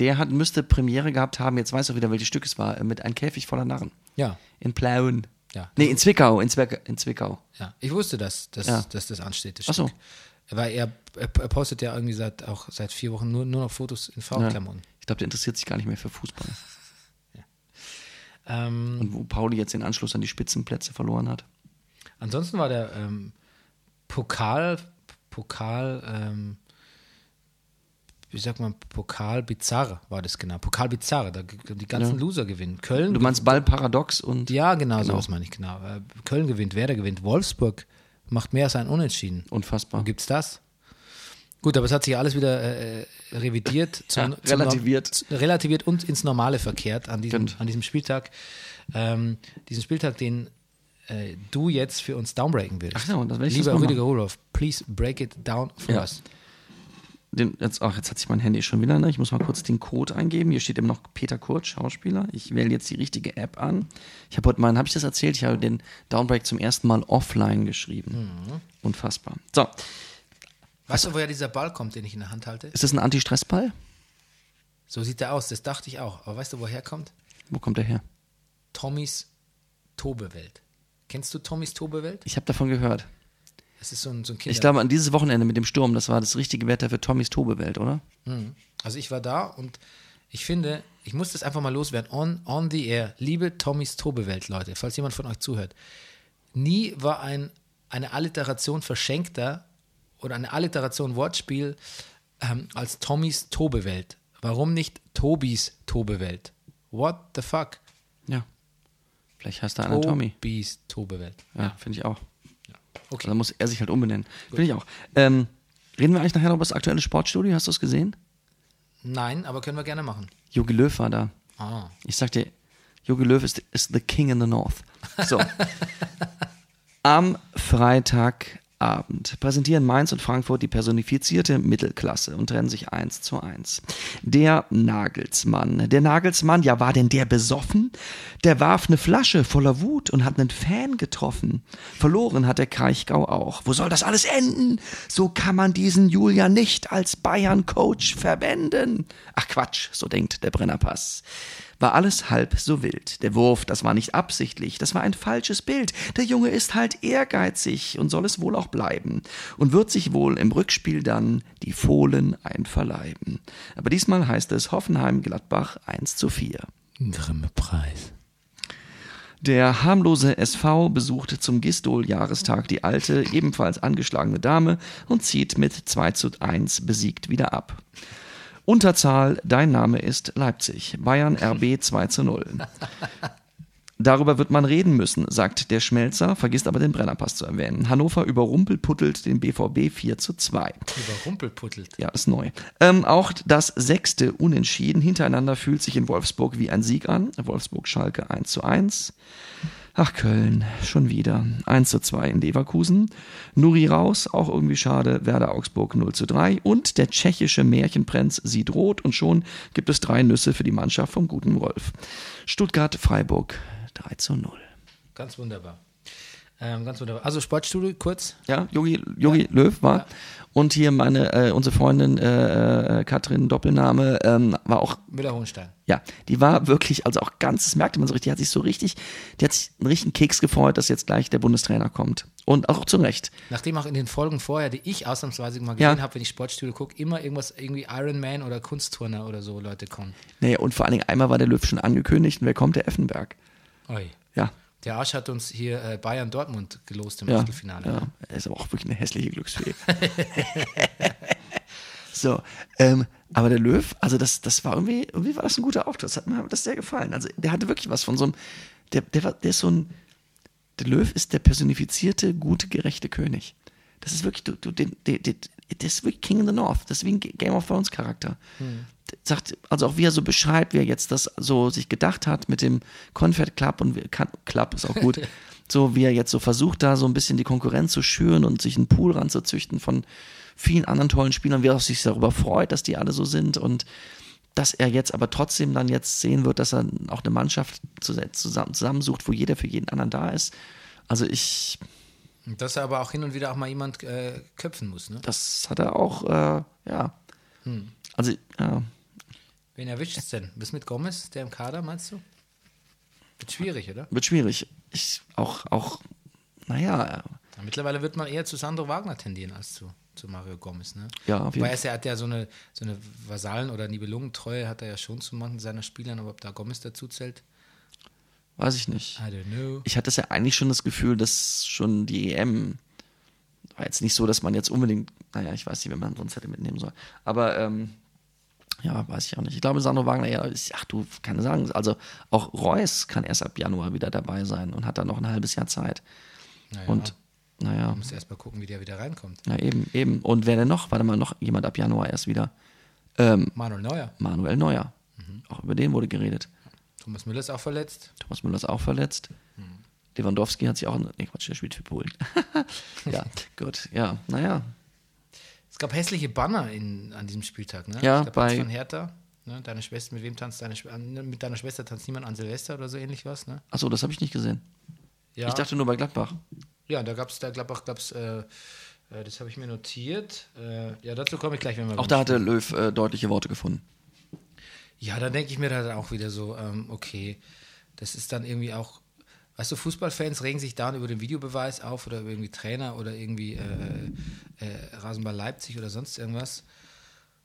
Speaker 2: Der hat, müsste Premiere gehabt haben, jetzt weiß auch wieder, welches Stück es war, mit Ein Käfig voller Narren.
Speaker 1: Ja.
Speaker 2: In Plauen.
Speaker 1: Ja.
Speaker 2: Nee, in Zwickau, in, Zwick in Zwickau.
Speaker 1: Ja, ich wusste, dass, dass,
Speaker 2: Ja.
Speaker 1: dass das ansteht. Das
Speaker 2: Ach so.
Speaker 1: Stück. Weil er, er, er postet ja irgendwie seit, auch seit vier Wochen nur, nur noch Fotos in V-Klamotten.
Speaker 2: Ich glaube, der interessiert sich gar nicht mehr für Fußball.
Speaker 1: Hm. Ähm,
Speaker 2: Und wo Pauli jetzt den Anschluss an die Spitzenplätze verloren hat.
Speaker 1: ansonsten war der ähm, Pokal, Pokal, ähm, wie sagt man, Pokal Bizarre war das genau. Pokal Bizarre, da g- die ganzen Loser gewinnen. Köln
Speaker 2: Du meinst Ballparadox und
Speaker 1: Hm. Ja, genau, sowas meine ich, genau. Äh, Köln gewinnt, Werder gewinnt, Wolfsburg macht mehr als ein Unentschieden. Wo
Speaker 2: unfassbar.
Speaker 1: gibt's das? Gut, aber es hat sich alles wieder äh, revidiert, zum,
Speaker 2: Ja, relativiert.
Speaker 1: Zum, Nor- zu- relativiert und ins Normale verkehrt an diesem,
Speaker 2: Stimmt.
Speaker 1: an diesem Spieltag. Ähm, diesen Spieltag, den äh, du jetzt für uns downbreaken willst.
Speaker 2: Ach so, das will ich
Speaker 1: Lieber
Speaker 2: jetzt mal
Speaker 1: Rüdiger Rudolph, please break it down for
Speaker 2: Ja.
Speaker 1: us.
Speaker 2: Den, jetzt, ach, jetzt hat sich mein Handy schon wieder. Ne? Ich muss mal kurz den Code eingeben. Hier steht eben noch Peter Kurt, Schauspieler. Ich wähle jetzt die richtige App an. Ich habe heute mal, habe ich das erzählt? Ich habe den Downbreak zum ersten Mal offline geschrieben.
Speaker 1: Mhm.
Speaker 2: Unfassbar. So,
Speaker 1: Weißt du, woher dieser Ball kommt, den ich in der Hand halte?
Speaker 2: ist das ein Anti-Stress-Ball?
Speaker 1: So sieht er aus, das dachte ich auch. Aber weißt du, woher kommt?
Speaker 2: Wo kommt der her?
Speaker 1: Tommys Tobewelt. Kennst du Tommys Tobewelt?
Speaker 2: Ich habe davon gehört.
Speaker 1: Das ist so ein, so ein
Speaker 2: Ich
Speaker 1: Kinder.
Speaker 2: glaube, an dieses Wochenende mit dem Sturm, das war das richtige Wetter für Tommys Tobewelt, oder?
Speaker 1: Hm. Also ich war da und ich finde, ich muss das einfach mal loswerden. On, on the air. Liebe Tommys Tobewelt, Leute, falls jemand von euch zuhört. Nie war ein, eine Alliteration verschenkter oder eine Alliteration Wortspiel ähm, als Tommys Tobewelt. Warum nicht Tobis Tobewelt? What the fuck?
Speaker 2: Ja. Vielleicht heißt
Speaker 1: Oh.
Speaker 2: da einer Tommy.
Speaker 1: Tobis Tobewelt.
Speaker 2: Ja, finde ich auch.
Speaker 1: Okay.
Speaker 2: Da muss er sich halt umbenennen. Finde ich auch. Ähm, reden wir eigentlich nachher noch über das aktuelle Sportstudio? Hast du es gesehen?
Speaker 1: Nein, aber können wir gerne machen.
Speaker 2: Jogi Löw war da.
Speaker 1: Ah.
Speaker 2: Ich sag dir, Jogi Löw ist, ist the king in the north. So. Am Freitagabend präsentieren Mainz und Frankfurt die personifizierte Mittelklasse und trennen sich eins zu eins. Der Nagelsmann. Der Nagelsmann, ja, war denn der besoffen? Der warf eine Flasche voller Wut und hat einen Fan getroffen. Verloren hat der Kraichgau auch. Wo soll das alles enden? So kann man diesen Julian nicht als Bayern-Coach verwenden. Ach Quatsch, so denkt der Brennerpass war alles halb so wild. Der Wurf, das war nicht absichtlich, das war ein falsches Bild. Der Junge ist halt ehrgeizig und soll es wohl auch bleiben und wird sich wohl im Rückspiel dann die Fohlen einverleiben. Aber diesmal heißt es Hoffenheim-Gladbach 1 zu 4.
Speaker 1: Grimme Preis.
Speaker 2: Der harmlose SV besucht zum Gistol-Jahrestag die alte, ebenfalls angeschlagene Dame und zieht mit 2 zu 1 besiegt wieder ab. Unterzahl, dein Name ist Leipzig. Bayern RB 2 zu 0. Darüber wird man reden müssen, sagt der Schmelzer, vergisst aber den Brennerpass zu erwähnen. Hannover überrumpelputtelt den BVB 4 zu 2.
Speaker 1: Überrumpelputtelt.
Speaker 2: Ja, ist neu. Ähm, auch das sechste Unentschieden hintereinander fühlt sich in Wolfsburg wie ein Sieg an. Wolfsburg-Schalke 1 zu 1. Ach, Köln, schon wieder. 1 zu 2 in Leverkusen. Nuri raus, auch irgendwie schade. Werder Augsburg 0 zu 3. Und der tschechische Märchenprinz sieht rot und schon gibt es drei Nüsse für die Mannschaft vom guten Wolf. Stuttgart-Freiburg 3 zu 0.
Speaker 1: Ganz wunderbar. Ähm, ganz wunderbar. Also Sportstudio kurz.
Speaker 2: Ja, Jogi, Jogi Löw war. Und hier meine, äh, unsere Freundin äh, äh, Katrin Doppelname ähm, war auch
Speaker 1: Müller-Hohenstein.
Speaker 2: Ja, die war wirklich, also auch ganz, das merkte man so richtig, die hat sich so richtig, die hat sich einen richtigen Keks gefreut, dass jetzt gleich der Bundestrainer kommt. Und auch zu Recht.
Speaker 1: Nachdem auch in den Folgen vorher, die ich ausnahmsweise mal
Speaker 2: Ja.
Speaker 1: gesehen habe, wenn ich Sportstudio gucke, immer irgendwas irgendwie Iron Man oder Kunstturner oder so Leute kommen.
Speaker 2: Naja, und vor allen Dingen einmal war der Löw schon angekündigt und wer kommt? Der Effenberg.
Speaker 1: Oi.
Speaker 2: Ja,
Speaker 1: Der Arsch hat uns hier äh, Bayern Dortmund gelost im
Speaker 2: ja.
Speaker 1: Achtelfinale.
Speaker 2: Ja, er ist aber auch wirklich eine hässliche Glücksfee. so, ähm, aber der Löw, also das, das war irgendwie, irgendwie war das ein guter Auftritt. Das hat mir hat mir das sehr gefallen. Also der hatte wirklich was von so einem, der, der, war, der ist so ein, der Löw ist der personifizierte, gute, gerechte König. Das ist wirklich, du, du, den, den, den, das ist wirklich King in the North. Das ist wie ein Game of Thrones Charakter. Sagt, also auch wie er so beschreibt, wie er jetzt das so sich gedacht hat mit dem Confed Club und wie- Ka- Club ist auch gut. so wie er jetzt so versucht, da so ein bisschen die Konkurrenz zu schüren und sich einen Pool ranzuzüchten von vielen anderen tollen Spielern, wie er auch sich darüber freut, dass die alle so sind und dass er jetzt aber trotzdem dann jetzt sehen wird, dass er auch eine Mannschaft zus- zusammen- zusammensucht, wo jeder für jeden anderen da ist. Also ich,
Speaker 1: Und dass er aber auch hin und wieder auch mal jemand äh, köpfen muss. Ne?
Speaker 2: das hat er auch, äh, ja. Also, ja.
Speaker 1: Wen erwischt es denn? Bist mit Gomez, der im Kader, meinst du? Wird schwierig, oder?
Speaker 2: wird schwierig. Ich auch, auch, naja, äh,
Speaker 1: Mittlerweile wird man eher zu Sandro Wagner tendieren als zu, zu Mario Gomez, ne?
Speaker 2: Ja, auf jeden
Speaker 1: Weil er hat ja so eine, so eine Vasallen- oder Nibelungentreue hat er ja schon zu manchen seiner Spielern, aber ob da Gomez dazu zählt,
Speaker 2: weiß ich nicht.
Speaker 1: I don't know.
Speaker 2: Ich hatte es ja eigentlich schon das Gefühl, dass schon die EM war jetzt nicht so, dass man jetzt unbedingt, naja, ich weiß nicht, wenn man sonst hätte mitnehmen sollen. Aber ähm, ja, weiß ich auch nicht. Ich glaube, Sandro Wagner, ja, ist, ach du, keine sagen. Also auch Reus kann erst ab Januar wieder dabei sein und hat dann noch ein halbes Jahr Zeit.
Speaker 1: Naja,
Speaker 2: Und naja,
Speaker 1: muss erst mal gucken, wie der wieder reinkommt.
Speaker 2: na eben, eben. Und wer denn noch? Warte mal, noch jemand ab Januar erst wieder. Ähm,
Speaker 1: Manuel Neuer.
Speaker 2: Manuel Neuer. Auch über den wurde geredet.
Speaker 1: Thomas Müller ist auch verletzt. Hm.
Speaker 2: Thomas Müller ist auch verletzt. Lewandowski hat sich auch. Nee, Quatsch, der spielt für Polen. ja, gut. Ja, naja.
Speaker 1: Es gab hässliche Banner in, an diesem Spieltag, ne?
Speaker 2: Ja,
Speaker 1: ich glaub, eins
Speaker 2: bei-
Speaker 1: von Hertha. Ne? Deine Schwester, mit wem tanzt deine Schwester? Mit deiner Schwester tanzt niemand an Silvester oder so ähnlich was, ne?
Speaker 2: Achso, das habe ich nicht gesehen.
Speaker 1: Ja,
Speaker 2: Ich dachte nur bei Gladbach.
Speaker 1: ja da gab es, da Gladbach gab es, äh, äh, das habe ich mir notiert. Äh, ja, dazu komme ich gleich, wenn wir
Speaker 2: Auch da hatte Löw äh, deutliche Worte gefunden.
Speaker 1: Ja, dann denke ich mir dann auch wieder so, ähm, okay, das ist dann irgendwie auch, weißt du, Fußballfans regen sich dann über den Videobeweis auf oder über irgendwie Trainer oder irgendwie äh, äh, Rasenball Leipzig oder sonst irgendwas.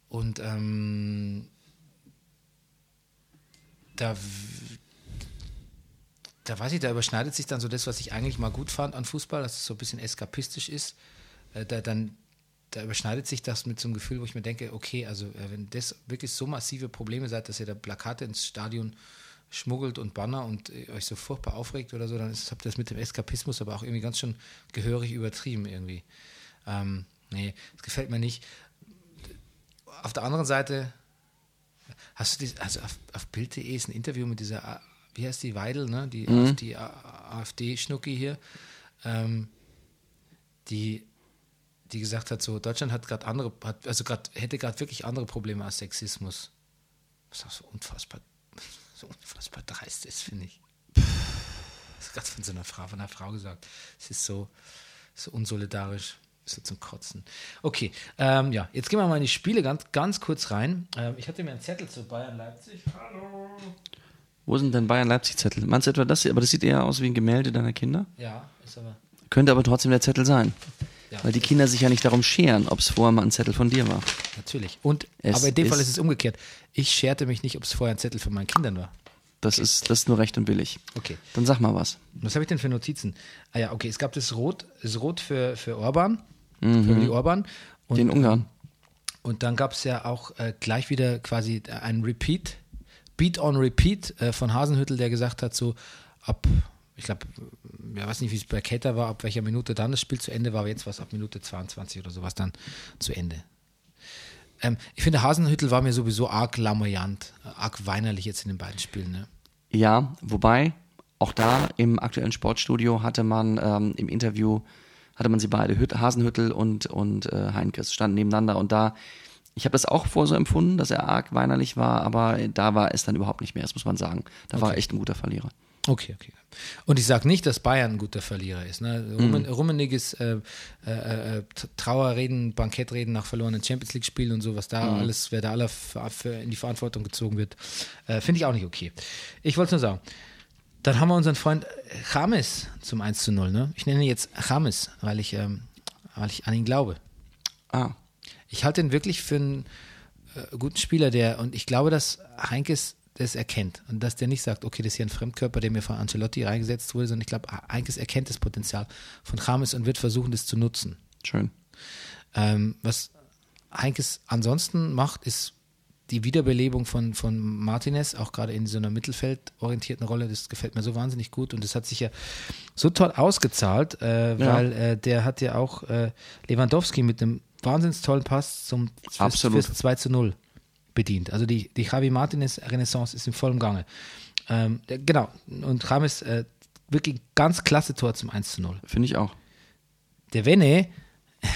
Speaker 1: Und ähm, da, w- da weiß ich, da überschneidet sich dann so das, was ich eigentlich mal gut fand an Fußball, dass es so ein bisschen eskapistisch ist. Äh, da, dann, da überschneidet sich das mit so einem Gefühl, wo ich mir denke, okay, also äh, wenn das wirklich so massive Probleme seid, dass ihr da Plakate ins Stadion schmuggelt und Banner und äh, euch so furchtbar aufregt oder so, dann ist, habt ihr das mit dem Eskapismus aber auch irgendwie ganz schön gehörig übertrieben irgendwie. Ähm, nee, das gefällt mir nicht. Auf der anderen Seite Hast du dies, also auf, auf Bild.de ist ein Interview mit dieser, A- wie heißt die, Weidel, ne? Die, die AfD-Schnucki hier, ähm, die, die gesagt hat, so, Deutschland hat gerade andere, hat, also grad, hätte gerade wirklich andere Probleme als Sexismus. Was auch so unfassbar, so unfassbar dreist ist, finde ich. Das ist gerade von so einer Frau, von einer Frau gesagt. Es ist so, so unsolidarisch. So zum Kotzen. Okay, ähm, ja, jetzt gehen wir mal in die Spiele ganz, ganz kurz rein. Ähm, ich hatte mir einen Zettel zu Bayern Leipzig. Hallo.
Speaker 2: Wo sind denn Bayern-Leipzig-Zettel? Meinst du etwa das hier? Aber das sieht eher aus wie ein Gemälde deiner Kinder.
Speaker 1: Ja, ist aber.
Speaker 2: Könnte aber trotzdem der Zettel sein.
Speaker 1: Ja.
Speaker 2: Weil die Kinder sich ja nicht darum scheren, ob es vorher mal ein Zettel von dir war.
Speaker 1: Natürlich. Und,
Speaker 2: Es
Speaker 1: aber in dem
Speaker 2: ist-
Speaker 1: Fall ist es umgekehrt. Ich scherte mich nicht, ob es vorher ein Zettel von meinen Kindern war.
Speaker 2: Das, ist, das ist nur recht und billig.
Speaker 1: Okay.
Speaker 2: Dann sag mal was.
Speaker 1: Was habe ich denn für Notizen? Ah ja, okay, es gab das Rot, das Rot für, für Orban, für Willi Orban. Und,
Speaker 2: Den Ungarn.
Speaker 1: und dann gab es ja auch äh, gleich wieder quasi äh, ein Repeat, Beat on Repeat äh, von Hasenhüttel, der gesagt hat, so ab, ich glaube, ja, weiß nicht, wie es bei Keter war, ab welcher Minute dann das Spiel zu Ende war, aber jetzt war es ab Minute 22 oder sowas dann zu Ende. Ähm, ich finde, Hasenhüttel war mir sowieso arg lamoyant, äh, arg weinerlich jetzt in den beiden Spielen. Ne?
Speaker 2: Ja, wobei, auch da im aktuellen Sportstudio hatte man ähm, im Interview, hatte man sie beide, Hüt, Hasenhüttel und, und äh, Heinkes, standen nebeneinander und da, ich habe das auch vor so empfunden, dass er arg weinerlich war, aber da war es dann überhaupt nicht mehr, das muss man sagen. Da war er echt ein guter Verlierer.
Speaker 1: Okay, okay. Und ich sage nicht, dass Bayern ein guter Verlierer ist. Ne? Rummen, Rummeniges äh, äh, äh, T- Trauerreden, Bankettreden nach verlorenen Champions League-Spielen und so, was da alles, wer da alle ver- für- in die Verantwortung gezogen wird, äh, finde ich auch nicht okay. Ich wollte nur sagen, dann haben wir unseren Freund James zum 1 zu 0. Ne? Ich nenne ihn jetzt James, weil ich, ähm, weil ich an ihn glaube.
Speaker 2: Ah,
Speaker 1: Ich halte ihn wirklich für einen äh, guten Spieler, der, und ich glaube, dass Heinkes das erkennt und dass der nicht sagt, okay, das ist hier ein Fremdkörper, der mir von Ancelotti reingesetzt wurde, sondern ich glaube, Heinkes erkennt das Potenzial von James und wird versuchen, das zu nutzen.
Speaker 2: schön.
Speaker 1: Ähm, was Heinkes ansonsten macht, ist die Wiederbelebung von, von Martinez, auch gerade in so einer mittelfeldorientierten Rolle, das gefällt mir so wahnsinnig gut und das hat sich ja so toll ausgezahlt, äh,
Speaker 2: Ja.
Speaker 1: weil äh, der hat ja auch äh, Lewandowski mit einem wahnsinns tollen Pass zum fürs,
Speaker 2: Absolut.
Speaker 1: fürs 2 zu 0 bedient. Also die, die Javi Martinez Renaissance ist in vollem Gange. Ähm, der- genau, und Rames äh, wirklich ganz klasse Tor zum 1 zu 0.
Speaker 2: Finde ich auch.
Speaker 1: Der Wenne,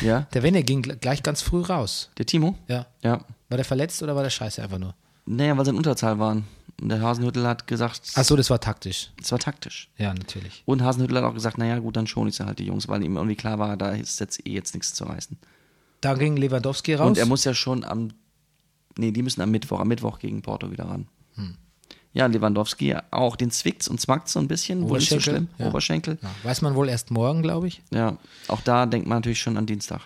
Speaker 2: Ja,
Speaker 1: der Wenne ging gl- gleich ganz früh raus.
Speaker 2: der Timo?
Speaker 1: Ja.
Speaker 2: Ja.
Speaker 1: War der verletzt oder war der scheiße einfach nur?
Speaker 2: Naja, weil sie in Unterzahl waren. Und der Hasenhüttel hat gesagt,
Speaker 1: Achso, das war taktisch.
Speaker 2: es war taktisch.
Speaker 1: Ja, natürlich.
Speaker 2: Und Hasenhüttl hat auch gesagt, naja gut, dann schon ich sie halt die Jungs, weil ihm irgendwie klar war, da ist jetzt eh jetzt nichts zu reißen.
Speaker 1: Da ging Lewandowski raus.
Speaker 2: Und er muss ja schon am, nee, die müssen am Mittwoch, am Mittwoch gegen Porto wieder ran.
Speaker 1: Hm.
Speaker 2: Ja, Lewandowski auch, den zwickt's und zwackt's so ein bisschen, wohl nicht so
Speaker 1: Oberschenkel,
Speaker 2: schlimm,
Speaker 1: ja.
Speaker 2: Oberschenkel.
Speaker 1: ja, weiß man wohl erst morgen, glaube ich.
Speaker 2: Ja, auch da denkt man natürlich schon an Dienstag.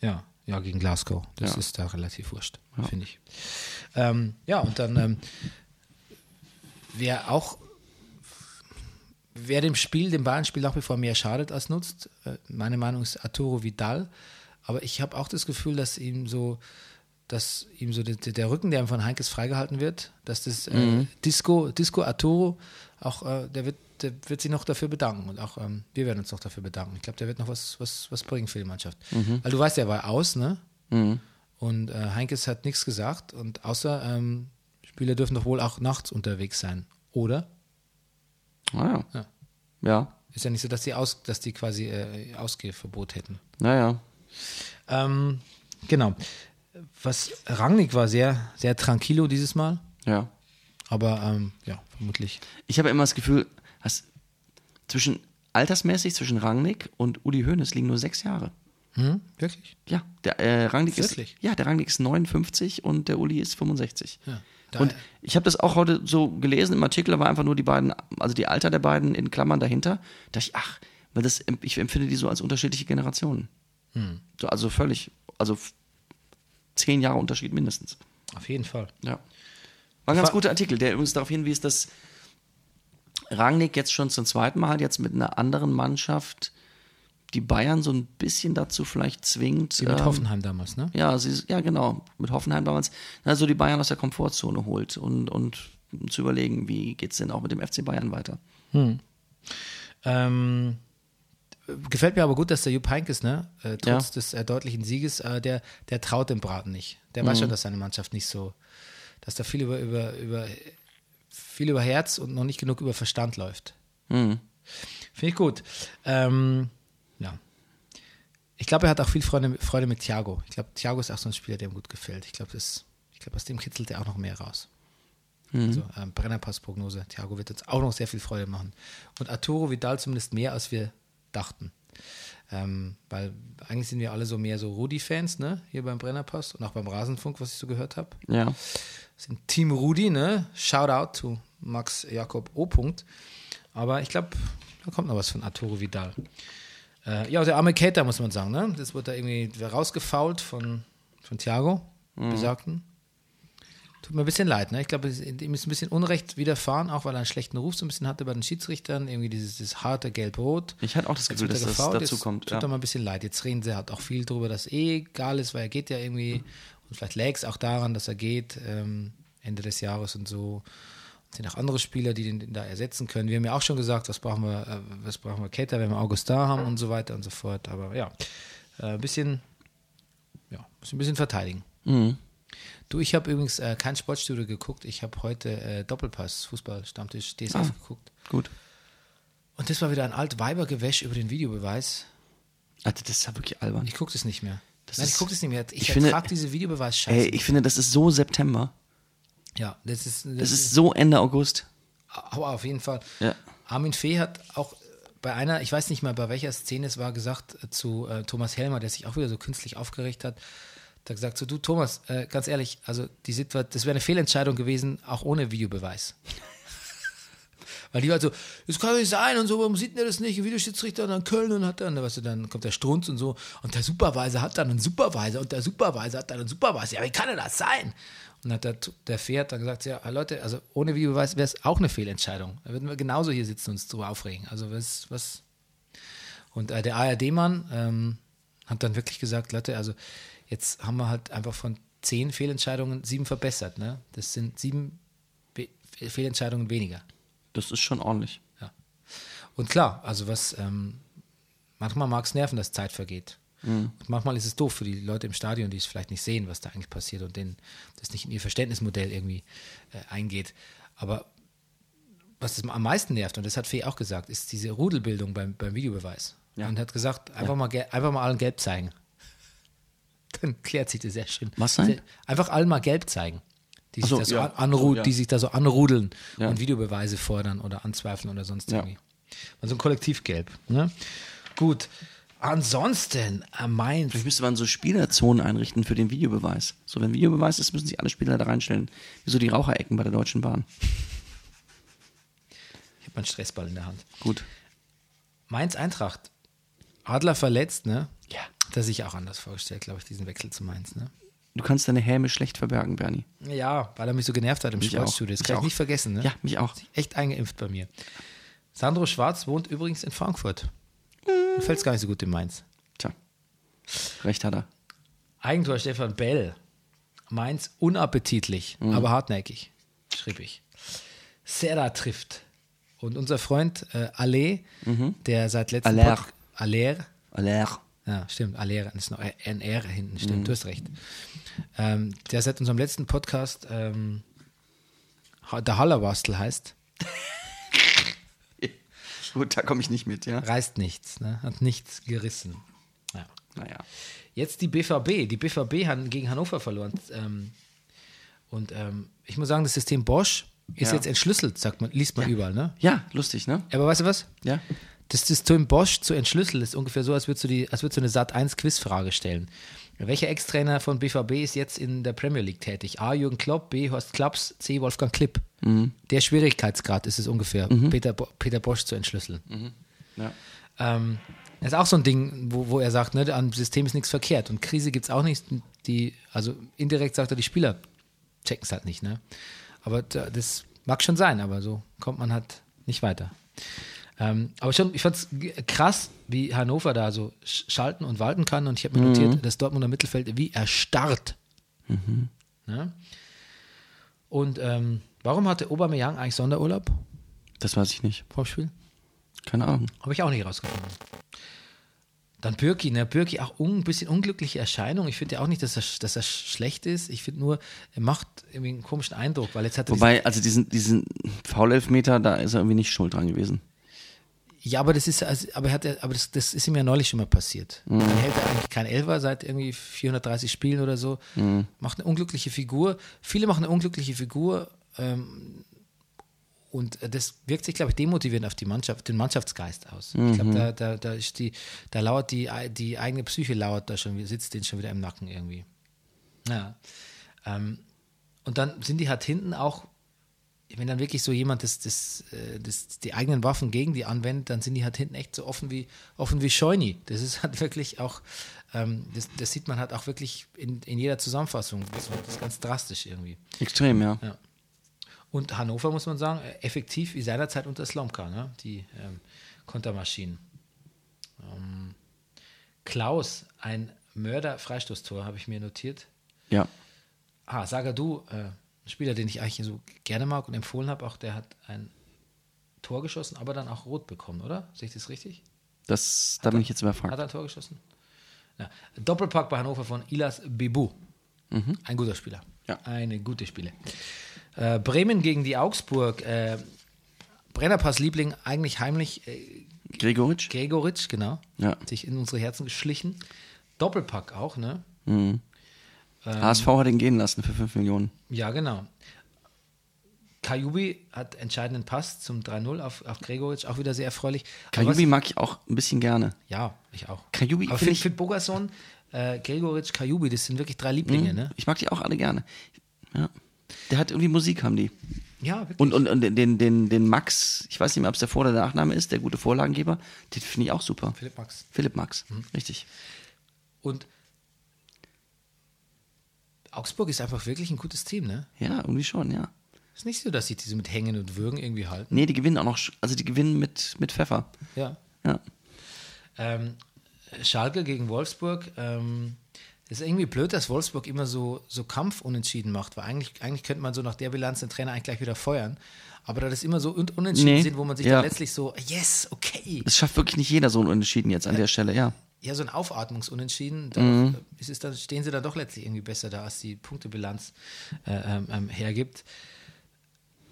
Speaker 1: Ja, ja, gegen Glasgow. Das
Speaker 2: Ja.
Speaker 1: ist da relativ wurscht, finde ich. Ähm, ja, und dann, ähm, wer auch, wer dem Spiel, dem Bayern-Spiel nach wie vor mehr schadet als nutzt, äh, meine Meinung ist Arturo Vidal. Aber ich habe auch das Gefühl, dass ihm so, dass ihm so der, der Rücken, der ihm von Heinkes freigehalten wird, dass das äh, Disco, Disco Arturo auch, äh, der wird, der wird sich noch dafür bedanken und auch ähm, wir werden uns noch dafür bedanken. Ich glaube, der wird noch was, was, was bringen für die Mannschaft. Weil du weißt, er war aus, ne? Und äh, Heinkes hat nichts gesagt und außer ähm, Spieler dürfen doch wohl auch nachts unterwegs sein, oder?
Speaker 2: Ah ja.
Speaker 1: Ja.
Speaker 2: ja.
Speaker 1: Ist ja nicht so, dass die, aus, dass die quasi äh, Ausgehverbot hätten.
Speaker 2: Naja.
Speaker 1: Ähm, genau. Was Rangnick war sehr, sehr tranquilo dieses Mal,
Speaker 2: Ja.
Speaker 1: aber ähm, ja, vermutlich.
Speaker 2: Ich habe immer das Gefühl, hast, zwischen altersmäßig zwischen Rangnick und Uli Hoeneß liegen nur sechs Jahre.
Speaker 1: Hm? Wirklich?
Speaker 2: Ja, der äh, Rangnick
Speaker 1: Wirklich?
Speaker 2: ist ja der Rangnick ist 59 und der Uli ist 65.
Speaker 1: Ja. Da-
Speaker 2: Und ich habe das auch heute so gelesen im Artikel, da war einfach nur die beiden, also die Alter der beiden in Klammern dahinter. Da dachte ich, ach, weil das, ich empfinde die so als unterschiedliche Generationen.
Speaker 1: Hm.
Speaker 2: So, also völlig, also f- zehn Jahre Unterschied mindestens.
Speaker 1: Auf jeden Fall.
Speaker 2: Ja. War ein ganz
Speaker 1: Fa-
Speaker 2: guter Artikel, der übrigens darauf hinwies, dass Rangnick jetzt schon zum zweiten Mal jetzt mit einer anderen Mannschaft die Bayern so ein bisschen dazu vielleicht zwingt.
Speaker 1: Wie mit
Speaker 2: ähm,
Speaker 1: Hoffenheim damals, ne?
Speaker 2: Ja, sie, ja, genau. Mit Hoffenheim damals. Also die Bayern aus der Komfortzone holt und, und zu überlegen, wie geht's denn auch mit dem FC Bayern weiter.
Speaker 1: Ähm, gefällt mir aber gut, dass der Jupp Heynckes, ne, äh, trotz
Speaker 2: Ja.
Speaker 1: des äh, deutlichen Sieges, äh, der, der traut dem Braten nicht. Der
Speaker 2: Mhm.
Speaker 1: weiß schon, dass seine Mannschaft nicht so, dass da viel über, über, über, viel über Herz und noch nicht genug über Verstand läuft.
Speaker 2: Mhm.
Speaker 1: Finde ich gut. Ähm, ja. Ich glaube, er hat auch viel Freude, Freude mit Thiago. Ich glaube, Thiago ist auch so ein Spieler, der ihm gut gefällt. Ich glaube, das- ich glaube, aus dem kitzelt er auch noch mehr raus. Also ähm, Brennerpass-Prognose. Thiago wird uns auch noch sehr viel Freude machen. Und Arturo Vidal zumindest mehr, als wir dachten. Ähm, weil eigentlich sind wir alle so mehr so Rudi-Fans, ne? Hier beim Brennerpass und auch beim Rasenfunk, was ich so gehört habe.
Speaker 2: Ja.
Speaker 1: Sind Team Rudi, ne? Shout out to Max Jakob O. -Punkt. Aber ich glaube, da kommt noch was von Arturo Vidal. Äh, ja, der arme Kater, muss man sagen, ne? Das wurde da irgendwie rausgefault von, von Thiago, besagten. Tut mir ein bisschen leid, ne? Ich glaube, es- ihm ist ein bisschen Unrecht widerfahren, auch weil er einen schlechten Ruf so ein bisschen hatte bei den Schiedsrichtern, irgendwie dieses, dieses harte Gelb-Rot.
Speaker 2: Ich hatte auch das Gefühl,
Speaker 1: Jetzt wird
Speaker 2: dass
Speaker 1: er
Speaker 2: das
Speaker 1: gefoult,
Speaker 2: dazu
Speaker 1: jetzt
Speaker 2: kommt.
Speaker 1: Tut
Speaker 2: Ja.
Speaker 1: er mal ein bisschen leid. Jetzt reden sie halt auch viel drüber, dass eh egal ist, weil er geht ja
Speaker 2: Mhm.
Speaker 1: irgendwie. Und vielleicht lägt es auch daran, dass er geht ähm, Ende des Jahres und so. Es sind auch andere Spieler, die den da ersetzen können. Wir haben ja auch schon gesagt, was brauchen wir, äh, was brauchen wir Keter, wenn wir Augustin haben und so weiter und so fort. Aber ja, äh, ein bisschen, ja, muss ein bisschen verteidigen. Du, ich habe übrigens äh, kein Sportstudio geguckt. Ich habe heute äh, Doppelpass, Fußball-Stammtisch, DSF
Speaker 2: Ah.
Speaker 1: geguckt.
Speaker 2: Gut.
Speaker 1: Und das war wieder ein Altweibergewäsch über den Videobeweis.
Speaker 2: Alter, das ist ja wirklich albern.
Speaker 1: Ich gucke das nicht mehr.
Speaker 2: Das
Speaker 1: Nein, ich
Speaker 2: ist-
Speaker 1: gucke das nicht mehr. Ich,
Speaker 2: ich
Speaker 1: ertrag
Speaker 2: finde-
Speaker 1: diese Videobeweisscheiße.
Speaker 2: Ey, ich finde, das ist so September.
Speaker 1: ja, das ist, das
Speaker 2: Das
Speaker 1: ist
Speaker 2: ist so Ende August.
Speaker 1: aua, auf jeden Fall.
Speaker 2: Ja.
Speaker 1: Armin Fee hat auch bei einer, ich weiß nicht mehr, bei welcher Szene es war, gesagt äh, zu äh, Thomas Helmer, der sich auch wieder so künstlich aufgeregt hat, hat er gesagt, so du Thomas, äh, ganz ehrlich, also die Situation, das wäre eine Fehlentscheidung gewesen, auch ohne Videobeweis. Weil die war so, das kann doch nicht sein und so, warum sieht denn das nicht? Ein Videoschiedsrichter und dann Köln und hat dann, weißt du, dann kommt der Strunz und so und der Supervisor hat dann einen Supervisor und der Supervisor hat dann einen Supervisor. Ja, wie kann denn das sein? Und dann hat der, der Pferd dann gesagt, ja, Leute, also ohne Videobeweis wäre es auch eine Fehlentscheidung. Da würden wir genauso hier sitzen und uns drüber aufregen. Also was, was. Und äh, der ARD-Mann ähm, hat dann wirklich gesagt, Leute, also jetzt haben wir halt einfach von zehn Fehlentscheidungen sieben verbessert. Ne? Das sind sieben Be Fe- Fehlentscheidungen weniger.
Speaker 2: Das ist schon ordentlich.
Speaker 1: Und klar, also was, ähm, manchmal mag es nerven, dass Zeit vergeht.
Speaker 2: Mhm.
Speaker 1: Und manchmal ist es doof für die Leute im Stadion, die es vielleicht nicht sehen, was da eigentlich passiert und denen das nicht in ihr Verständnismodell irgendwie äh, eingeht. Aber was es am meisten nervt, und das hat Fee auch gesagt, ist diese Rudelbildung beim, beim Videobeweis.
Speaker 2: Ja.
Speaker 1: Und hat gesagt, einfach, mal, gel- einfach mal allen gelb zeigen. Dann klärt sich das sehr schön.
Speaker 2: Was sein?
Speaker 1: Einfach allen mal gelb zeigen. Die sich
Speaker 2: so,
Speaker 1: da so
Speaker 2: ja.
Speaker 1: an- anru-
Speaker 2: So, ja.
Speaker 1: die sich da so anrudeln
Speaker 2: Ja.
Speaker 1: und Videobeweise fordern oder anzweifeln oder sonst
Speaker 2: Ja.
Speaker 1: irgendwie. Also ein Kollektivgelb. Ne? Gut. Ansonsten, äh, Mainz.
Speaker 2: Vielleicht müsste man so Spielerzonen einrichten für den Videobeweis. So, wenn Videobeweis ist, müssen sich alle Spieler da reinstellen. Wie so die Raucherecken bei der Deutschen Bahn.
Speaker 1: Ich habe meinen Stressball in der Hand.
Speaker 2: Gut.
Speaker 1: Mainz Eintracht. Adler verletzt, ne?
Speaker 2: Ja.
Speaker 1: Hat er sich auch anders vorgestellt, glaube ich, diesen Wechsel zu Mainz, ne?
Speaker 2: Du kannst deine Häme schlecht verbergen, Bernie.
Speaker 1: Ja, weil er mich so genervt hat im
Speaker 2: Mich auch.
Speaker 1: Sportstudio. Das
Speaker 2: Mich
Speaker 1: kann ich
Speaker 2: auch.
Speaker 1: nicht vergessen, ne?
Speaker 2: Ja, mich auch.
Speaker 1: Echt eingeimpft bei mir. Sandro Schwarz wohnt übrigens in Frankfurt.
Speaker 2: Mhm.
Speaker 1: Mir fällt es gar nicht so gut in Mainz.
Speaker 2: Tja. Recht hat er.
Speaker 1: Eigentor Stefan Bell. Mainz unappetitlich, aber hartnäckig, schrieb ich. Serra trifft. Und unser Freund äh, Allais, der seit letztem
Speaker 2: Aller.
Speaker 1: Pod- Aller,
Speaker 2: Aller.
Speaker 1: ja, stimmt, Aller, ist noch NR hinten, stimmt, du hast recht. Ähm, der seit unserem letzten Podcast ähm, Ha- der Hallerwastel heißt.
Speaker 2: Gut, da komme ich nicht mit, ja.
Speaker 1: Reißt nichts, ne? hat nichts gerissen. Ja.
Speaker 2: Naja.
Speaker 1: Jetzt die BVB. Die BVB haben gegen Hannover verloren. Ähm, und ähm, ich muss sagen, das System Bosch ist
Speaker 2: Ja.
Speaker 1: jetzt entschlüsselt, sagt man, liest man überall, ne?
Speaker 2: Ja, lustig, ne?
Speaker 1: Aber weißt du was?
Speaker 2: Ja.
Speaker 1: Das System Bosch zu entschlüsseln ist ungefähr so, als würdest du, die, als würdest du eine Sat-1-Quizfrage stellen. Welcher Ex-Trainer von BVB ist jetzt in der Premier League tätig? A. Jürgen Klopp, B. Horst Klapps, C. Wolfgang Klipp. Der Schwierigkeitsgrad ist es ungefähr, Peter, Bo Peter Bosch zu entschlüsseln.
Speaker 2: Ja.
Speaker 1: Ähm, das ist auch so ein Ding, wo, wo er sagt, ne, am System ist nichts verkehrt und Krise gibt es auch nicht. Die, also indirekt sagt er, die Spieler checken es halt nicht. Ne? Aber da- das mag schon sein, aber so kommt man halt nicht weiter. Ähm, aber schon, ich fand es krass, wie Hannover da so sch- schalten und walten kann. Und ich habe mir notiert, das Dortmunder Mittelfeld wie erstarrt. Ne? Und ähm, warum hatte Aubameyang eigentlich Sonderurlaub
Speaker 2: Das weiß ich nicht.
Speaker 1: vorm Spiel?
Speaker 2: Keine Ahnung.
Speaker 1: Habe ich auch nicht rausgefunden. Dann Birki, ne? Birki auch un, ein bisschen unglückliche Erscheinung. Ich finde ja auch nicht, dass er, sch- dass er sch- schlecht ist. Ich finde nur, er macht irgendwie einen komischen Eindruck, weil jetzt hat er.
Speaker 2: Wobei, also diesen, diesen Foul-Elfmeter, da ist er irgendwie nicht schuld dran gewesen.
Speaker 1: diesen- ja, aber das ist, also, aber, er hat, er- aber das, das ist ihm ja neulich schon mal passiert. Dann hält er eigentlich kein Elfer seit irgendwie 430 Spielen oder so. Macht eine unglückliche Figur. Viele machen eine unglückliche Figur. Ähm, und äh, das wirkt sich, glaube ich, demotivierend auf die Mannschaft, den Mannschaftsgeist aus. Ich glaube, da, da, da ist die, da lauert die, die eigene Psyche lauert da schon, sitzt den schon wieder im Nacken irgendwie. Ja. Ähm, und dann sind die halt hinten auch, wenn dann wirklich so jemand das, das, äh, das, die eigenen Waffen gegen die anwendet, dann sind die halt hinten echt so offen wie, offen wie Scheuni. Das ist halt wirklich auch, ähm, das, das sieht man halt auch wirklich in, in jeder Zusammenfassung. Das ist ganz drastisch irgendwie.
Speaker 2: Extrem, ja.
Speaker 1: Ja. Und Hannover, muss man sagen, äh, effektiv wie seinerzeit unter Slomka, ne? die ähm, Kontermaschinen. Ähm, Klaus, ein Mörder-Freistoßtor, habe ich mir notiert.
Speaker 2: Ja.
Speaker 1: Ah, Sagadu, äh, ein Spieler, den ich eigentlich so gerne mag und empfohlen habe, auch der hat ein Tor geschossen, aber dann auch rot bekommen, oder? Sehe ich das richtig?
Speaker 2: Das, da bin ich jetzt
Speaker 1: Hat
Speaker 2: überfragt.
Speaker 1: er ein Tor geschossen? Ja. Doppelpack bei Hannover von Ilas Bebu. Ein guter Spieler.
Speaker 2: Mhm. Ja.
Speaker 1: Eine gute Spiele. Äh, Bremen gegen die Augsburg. Äh, Brennerpass-Liebling eigentlich heimlich äh,
Speaker 2: Gregoritsch?
Speaker 1: Gregoritsch, genau.
Speaker 2: Ja.
Speaker 1: Hat Sich in unsere Herzen geschlichen. Doppelpack auch, ne?
Speaker 2: HSV hat ihn gehen lassen für 5 Millionen.
Speaker 1: Ja, genau. Kajubi hat entscheidenden Pass zum 3-0 auf, auf Gregoritsch, auch wieder sehr erfreulich. Aber was-
Speaker 2: Kajubi mag ich auch ein bisschen gerne.
Speaker 1: Ja, ich auch.
Speaker 2: Kajubi
Speaker 1: Aber
Speaker 2: find
Speaker 1: Finn,
Speaker 2: ich-
Speaker 1: Finn Bogerson, äh, Gregoritsch, Kajubi, das sind wirklich drei Lieblinge, ne?
Speaker 2: Ich mag die auch alle gerne. Ja. Der hat irgendwie Musik, haben die.
Speaker 1: Ja, wirklich.
Speaker 2: Und, und, und den, den, den Max, ich weiß nicht mehr, ob es der Vor- oder der Nachname ist, der gute Vorlagengeber, den finde ich auch super.
Speaker 1: Philipp Mhm. Max.
Speaker 2: Philipp Max, richtig.
Speaker 1: Und Augsburg ist einfach wirklich ein gutes Team, ne?
Speaker 2: Ja, irgendwie schon, ja.
Speaker 1: Ist nicht so, dass sie diese mit Hängen und Würgen irgendwie halten.
Speaker 2: Nee, die gewinnen auch noch, sch- also die gewinnen mit, mit Pfeffer.
Speaker 1: Ja.
Speaker 2: Ja.
Speaker 1: Ähm, Schalke gegen Wolfsburg. Ähm, ist irgendwie blöd, dass Wolfsburg immer so, so kampfunentschieden macht, weil eigentlich, eigentlich könnte man so nach der Bilanz den Trainer eigentlich gleich wieder feuern. Aber da das immer so un unentschieden
Speaker 2: Nee,
Speaker 1: sind, wo man sich
Speaker 2: ja.
Speaker 1: dann letztlich so, yes, okay.
Speaker 2: Es schafft wirklich nicht jeder so einen Unentschieden jetzt an der Stelle, ja.
Speaker 1: ja, so ein Aufatmungsunentschieden, da
Speaker 2: Mhm.
Speaker 1: ist es dann, stehen sie dann doch letztlich irgendwie besser da, als die Punktebilanz äh, ähm, ähm, hergibt.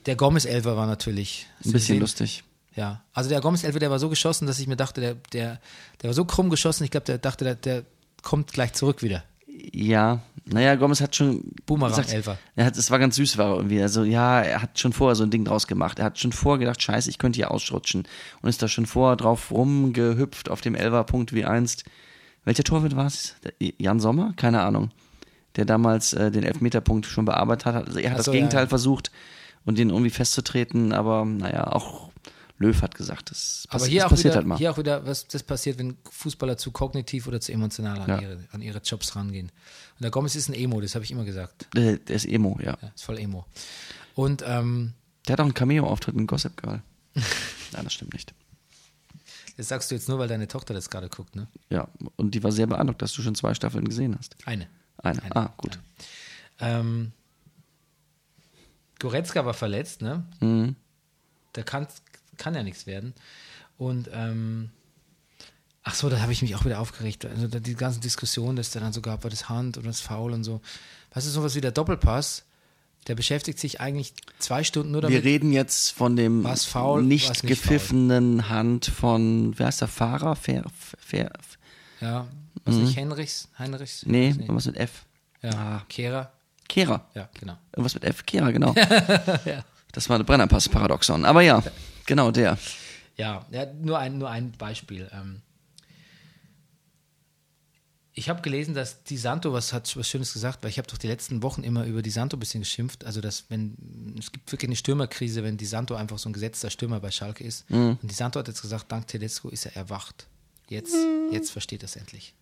Speaker 1: Der Gomez-Elfer war natürlich.
Speaker 2: Ein bisschen lustig.
Speaker 1: Ja, also der Gomez-Elfer, der war so geschossen, dass ich mir dachte, der, der, der war so krumm geschossen, ich glaube, der dachte, der, der kommt gleich zurück wieder.
Speaker 2: Ja, naja, Gomez hat schon.
Speaker 1: Boomerang,
Speaker 2: gesagt,
Speaker 1: Elfer.
Speaker 2: Er hat, es war ganz süß, war er irgendwie. Also, ja, er hat schon vorher so ein Ding draus gemacht. Er hat schon vorher gedacht, Scheiße, ich könnte hier ausrutschen. Und ist da schon vorher drauf rumgehüpft auf dem Elferpunkt wie einst. Welcher Torwart war es? Der- Jan Sommer? Keine Ahnung. Der damals äh, den Elfmeterpunkt schon bearbeitet hat. Also, er hat
Speaker 1: Ach
Speaker 2: das
Speaker 1: so,
Speaker 2: Gegenteil
Speaker 1: ja.
Speaker 2: versucht und den irgendwie festzutreten. Aber naja, auch Löw hat gesagt, das,
Speaker 1: Aber
Speaker 2: pass-
Speaker 1: hier,
Speaker 2: das
Speaker 1: auch
Speaker 2: passiert
Speaker 1: wieder,
Speaker 2: halt mal.
Speaker 1: hier auch wieder, was das passiert, wenn Fußballer zu kognitiv oder zu emotional an,
Speaker 2: Ja.
Speaker 1: ihre, an ihre Jobs rangehen. Und der Gomez ist ein Emo, das habe ich immer gesagt.
Speaker 2: Äh, der ist Emo, ja.
Speaker 1: Ja, ist voll Emo. Und ähm,
Speaker 2: Der hat auch einen Cameo-Auftritt in Gossip Girl. Nein, das stimmt nicht.
Speaker 1: das sagst du jetzt nur, weil deine Tochter das gerade guckt, ne?
Speaker 2: Ja, und die war sehr beeindruckt, dass du schon zwei Staffeln gesehen hast.
Speaker 1: Eine.
Speaker 2: Eine. Ah, gut.
Speaker 1: Ähm, Goretzka war verletzt, ne?
Speaker 2: Mhm.
Speaker 1: Da kann, kann ja nichts werden. Und ähm, ach so, da habe ich mich auch wieder aufgeregt. Also da- die ganzen Diskussionen, dass es dann so gab, war das Hand und das Foul und so. Was ist sowas wie der Doppelpass? Der beschäftigt sich eigentlich zwei Stunden nur
Speaker 2: Wir
Speaker 1: damit.
Speaker 2: reden jetzt von dem
Speaker 1: Was faul,
Speaker 2: nicht,
Speaker 1: was nicht
Speaker 2: gepfiffenen Hand von, wer ist der Fahrer? Fair, fair,
Speaker 1: ja. Was nicht Henrichs? Heinrichs?
Speaker 2: Mhm. nee, Ah.
Speaker 1: Weiß nicht.
Speaker 2: was mit F?
Speaker 1: Ja. Kehrer?
Speaker 2: Kehrer.
Speaker 1: Ja, genau.
Speaker 2: Irgendwas mit F? Kehrer, genau. Das war eine Brennerpass-Paradoxon. Aber ja, genau der.
Speaker 1: Ja, ja nur, ein, nur ein Beispiel. Ähm, ich habe gelesen, dass die Santo, was hat was Schönes gesagt, weil ich habe doch die letzten Wochen immer über die Santo ein bisschen geschimpft. Also, dass wenn es gibt wirklich eine Stürmerkrise, wenn die Santo einfach so ein gesetzter Stürmer bei Schalke ist. Und die Santo hat jetzt gesagt, dank Tedesco ist er erwacht. Jetzt, jetzt versteht er es endlich.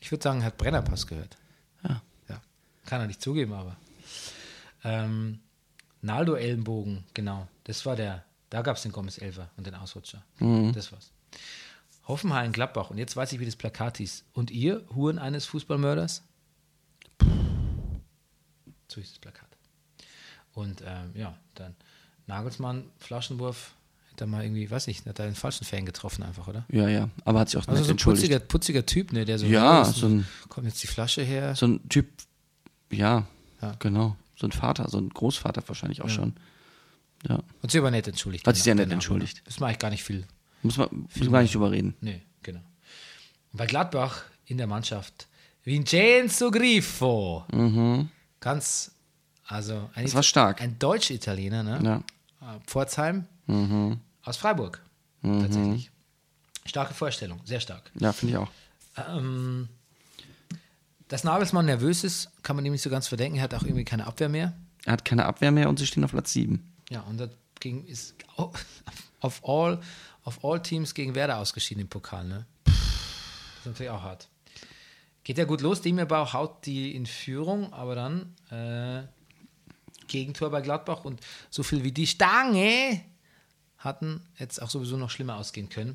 Speaker 1: Ich würde sagen, er hat Brennerpass gehört.
Speaker 2: Ja.
Speaker 1: Ja. Kann er nicht zugeben, aber. Ähm, Naldo Ellenbogen, genau. Das war der, da gab es den Gomez Elfer und den Ausrutscher.
Speaker 2: Mhm.
Speaker 1: Das war's. Hoffenheim Gladbach. Und jetzt weiß ich, wie das Plakat hieß. Und ihr, Huren eines Fußballmörders? So hieß das Plakat. Und ähm, ja, dann Nagelsmann, Flaschenwurf, hätte er mal irgendwie, weiß ich, hat er den falschen Fan getroffen einfach, oder?
Speaker 2: Ja, ja. Aber hat sich auch
Speaker 1: Also
Speaker 2: nett
Speaker 1: so ein
Speaker 2: entschuldigt.
Speaker 1: putziger, putziger Typ, ne, der so,
Speaker 2: Ja,
Speaker 1: oh, ist
Speaker 2: so ein-
Speaker 1: kommt jetzt die Flasche her.
Speaker 2: So ein Typ, ja,
Speaker 1: Ja.
Speaker 2: genau. So ein Vater, so ein Großvater wahrscheinlich auch schon. Ja.
Speaker 1: Hat sich aber nett entschuldigt.
Speaker 2: Hat sich sehr nett
Speaker 1: Genau, genau.
Speaker 2: entschuldigt.
Speaker 1: Das mache ich gar nicht viel.
Speaker 2: Muss man muss man gar nicht drüber reden.
Speaker 1: Nee, genau. Und bei Gladbach in der Mannschaft Vincenzo Grifo. Ganz, also ein,
Speaker 2: Mhm. Das war stark.
Speaker 1: ein Deutsch-Italiener, ne?
Speaker 2: Ja. Mhm.
Speaker 1: Äh, Pforzheim aus Freiburg. Tatsächlich. Starke Vorstellung, sehr stark.
Speaker 2: Ja, finde ich auch.
Speaker 1: Ähm, dass Nagelsmann nervös ist, kann man ihm nicht so ganz verdenken. Er hat auch irgendwie keine Abwehr mehr.
Speaker 2: Er hat keine Abwehr mehr und sie stehen auf Platz 7.
Speaker 1: Ja, und das ging, ist au- auf all, auf all Teams gegen Werder ausgeschieden im Pokal, ne? Das ist natürlich auch hart. Geht ja gut los, Demirbau haut die in Führung, aber dann äh, Gegentor bei Gladbach und so viel wie die Stange hatten jetzt auch sowieso noch schlimmer ausgehen können.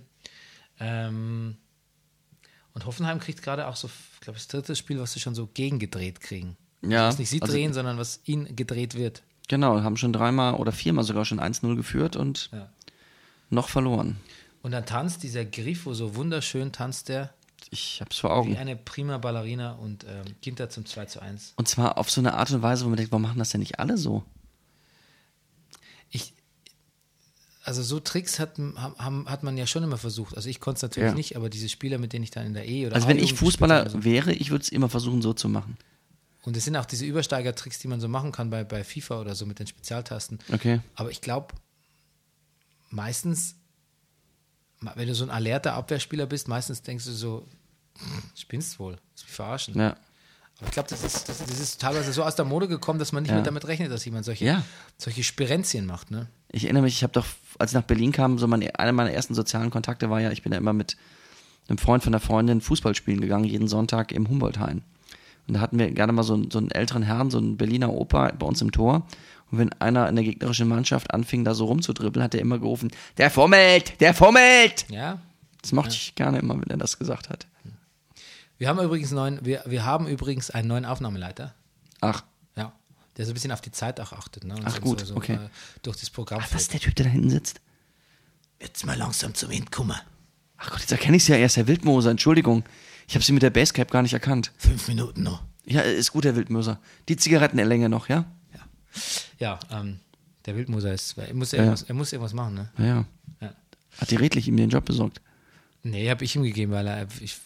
Speaker 1: Ähm, und Hoffenheim kriegt gerade auch so, ich glaube, das dritte Spiel, was sie schon so gegengedreht kriegen.
Speaker 2: Ja,
Speaker 1: Was nicht sie
Speaker 2: also-
Speaker 1: drehen, sondern was ihnen gedreht wird.
Speaker 2: Genau, haben schon dreimal oder viermal sogar schon 1-0 geführt und
Speaker 1: Ja.
Speaker 2: noch verloren.
Speaker 1: Und dann tanzt dieser Grifo so wunderschön, tanzt der
Speaker 2: Ich hab's vor
Speaker 1: wie
Speaker 2: Augen.
Speaker 1: eine prima Ballerina und ähm, Ginter zum 2 zu 1.
Speaker 2: Und zwar auf so eine Art und Weise, wo man denkt, warum machen das denn nicht alle so?
Speaker 1: Ich, also so Tricks hat, haben- haben, hat man ja schon immer versucht. Also ich konnte es natürlich
Speaker 2: Ja.
Speaker 1: nicht, aber diese Spieler, mit denen ich dann in der E oder
Speaker 2: Also wenn ich
Speaker 1: A-Jugend gespielt habe,
Speaker 2: Fußballer wäre, ich würde es immer versuchen, so zu machen.
Speaker 1: Und es sind auch diese Übersteiger-Tricks, die man so machen kann bei, bei FIFA oder so mit den Spezialtasten.
Speaker 2: Okay.
Speaker 1: Aber ich glaube, meistens, ma- wenn du so ein alerter Abwehrspieler bist, meistens denkst du so, "Hm, spinnst wohl, ist wie verarschen.
Speaker 2: Ja.
Speaker 1: Aber ich glaube, das ist, das, das ist teilweise so aus der Mode gekommen, dass man nicht
Speaker 2: Ja.
Speaker 1: mehr damit rechnet, dass jemand solche,
Speaker 2: Ja.
Speaker 1: solche Spirenzien macht. Ne?
Speaker 2: Ich erinnere mich, ich habe doch, als ich nach Berlin kam, so mein, einer meiner ersten sozialen Kontakte war ja, ich bin ja immer mit einem Freund von der Freundin Fußball spielen gegangen, jeden Sonntag im Humboldthain. Und da hatten wir gerne mal so, einen- so einen älteren Herrn, so einen Berliner Opa bei uns im Tor. Und wenn einer in der gegnerischen Mannschaft anfing, da so rumzudribbeln, hat er immer gerufen, der fummelt, der fummelt.
Speaker 1: Ja.
Speaker 2: Das mochte ich gerne immer, wenn er das gesagt hat.
Speaker 1: Wir haben übrigens neuen, wir, wir haben übrigens einen neuen Aufnahmeleiter.
Speaker 2: Ach,
Speaker 1: Ja. Der so ein bisschen auf die Zeit auch achtet. Ne? Und
Speaker 2: Ach
Speaker 1: uns
Speaker 2: gut,
Speaker 1: so,
Speaker 2: okay.
Speaker 1: äh, durch das Programm.
Speaker 2: das
Speaker 1: führt.
Speaker 2: ist der Typ, der da hinten sitzt.
Speaker 1: Jetzt mal langsam zum Wind kommen.
Speaker 2: Ach Gott, jetzt erkenne ich es ja erst, Herr Wildmoser, Entschuldigung. Ich habe sie mit der Basecap gar nicht erkannt.
Speaker 1: Fünf Minuten noch.
Speaker 2: Ja, ist gut, Herr Wildmoser. Die Zigaretten erlänge noch, ja?
Speaker 1: Ja, ähm, der Wildmoser ist, er muss, irgendwas, er muss irgendwas machen, ne?
Speaker 2: Naja.
Speaker 1: Ja.
Speaker 2: Hat die Redlich ihm den Job besorgt.
Speaker 1: Nee, habe ich ihm gegeben, weil er, ich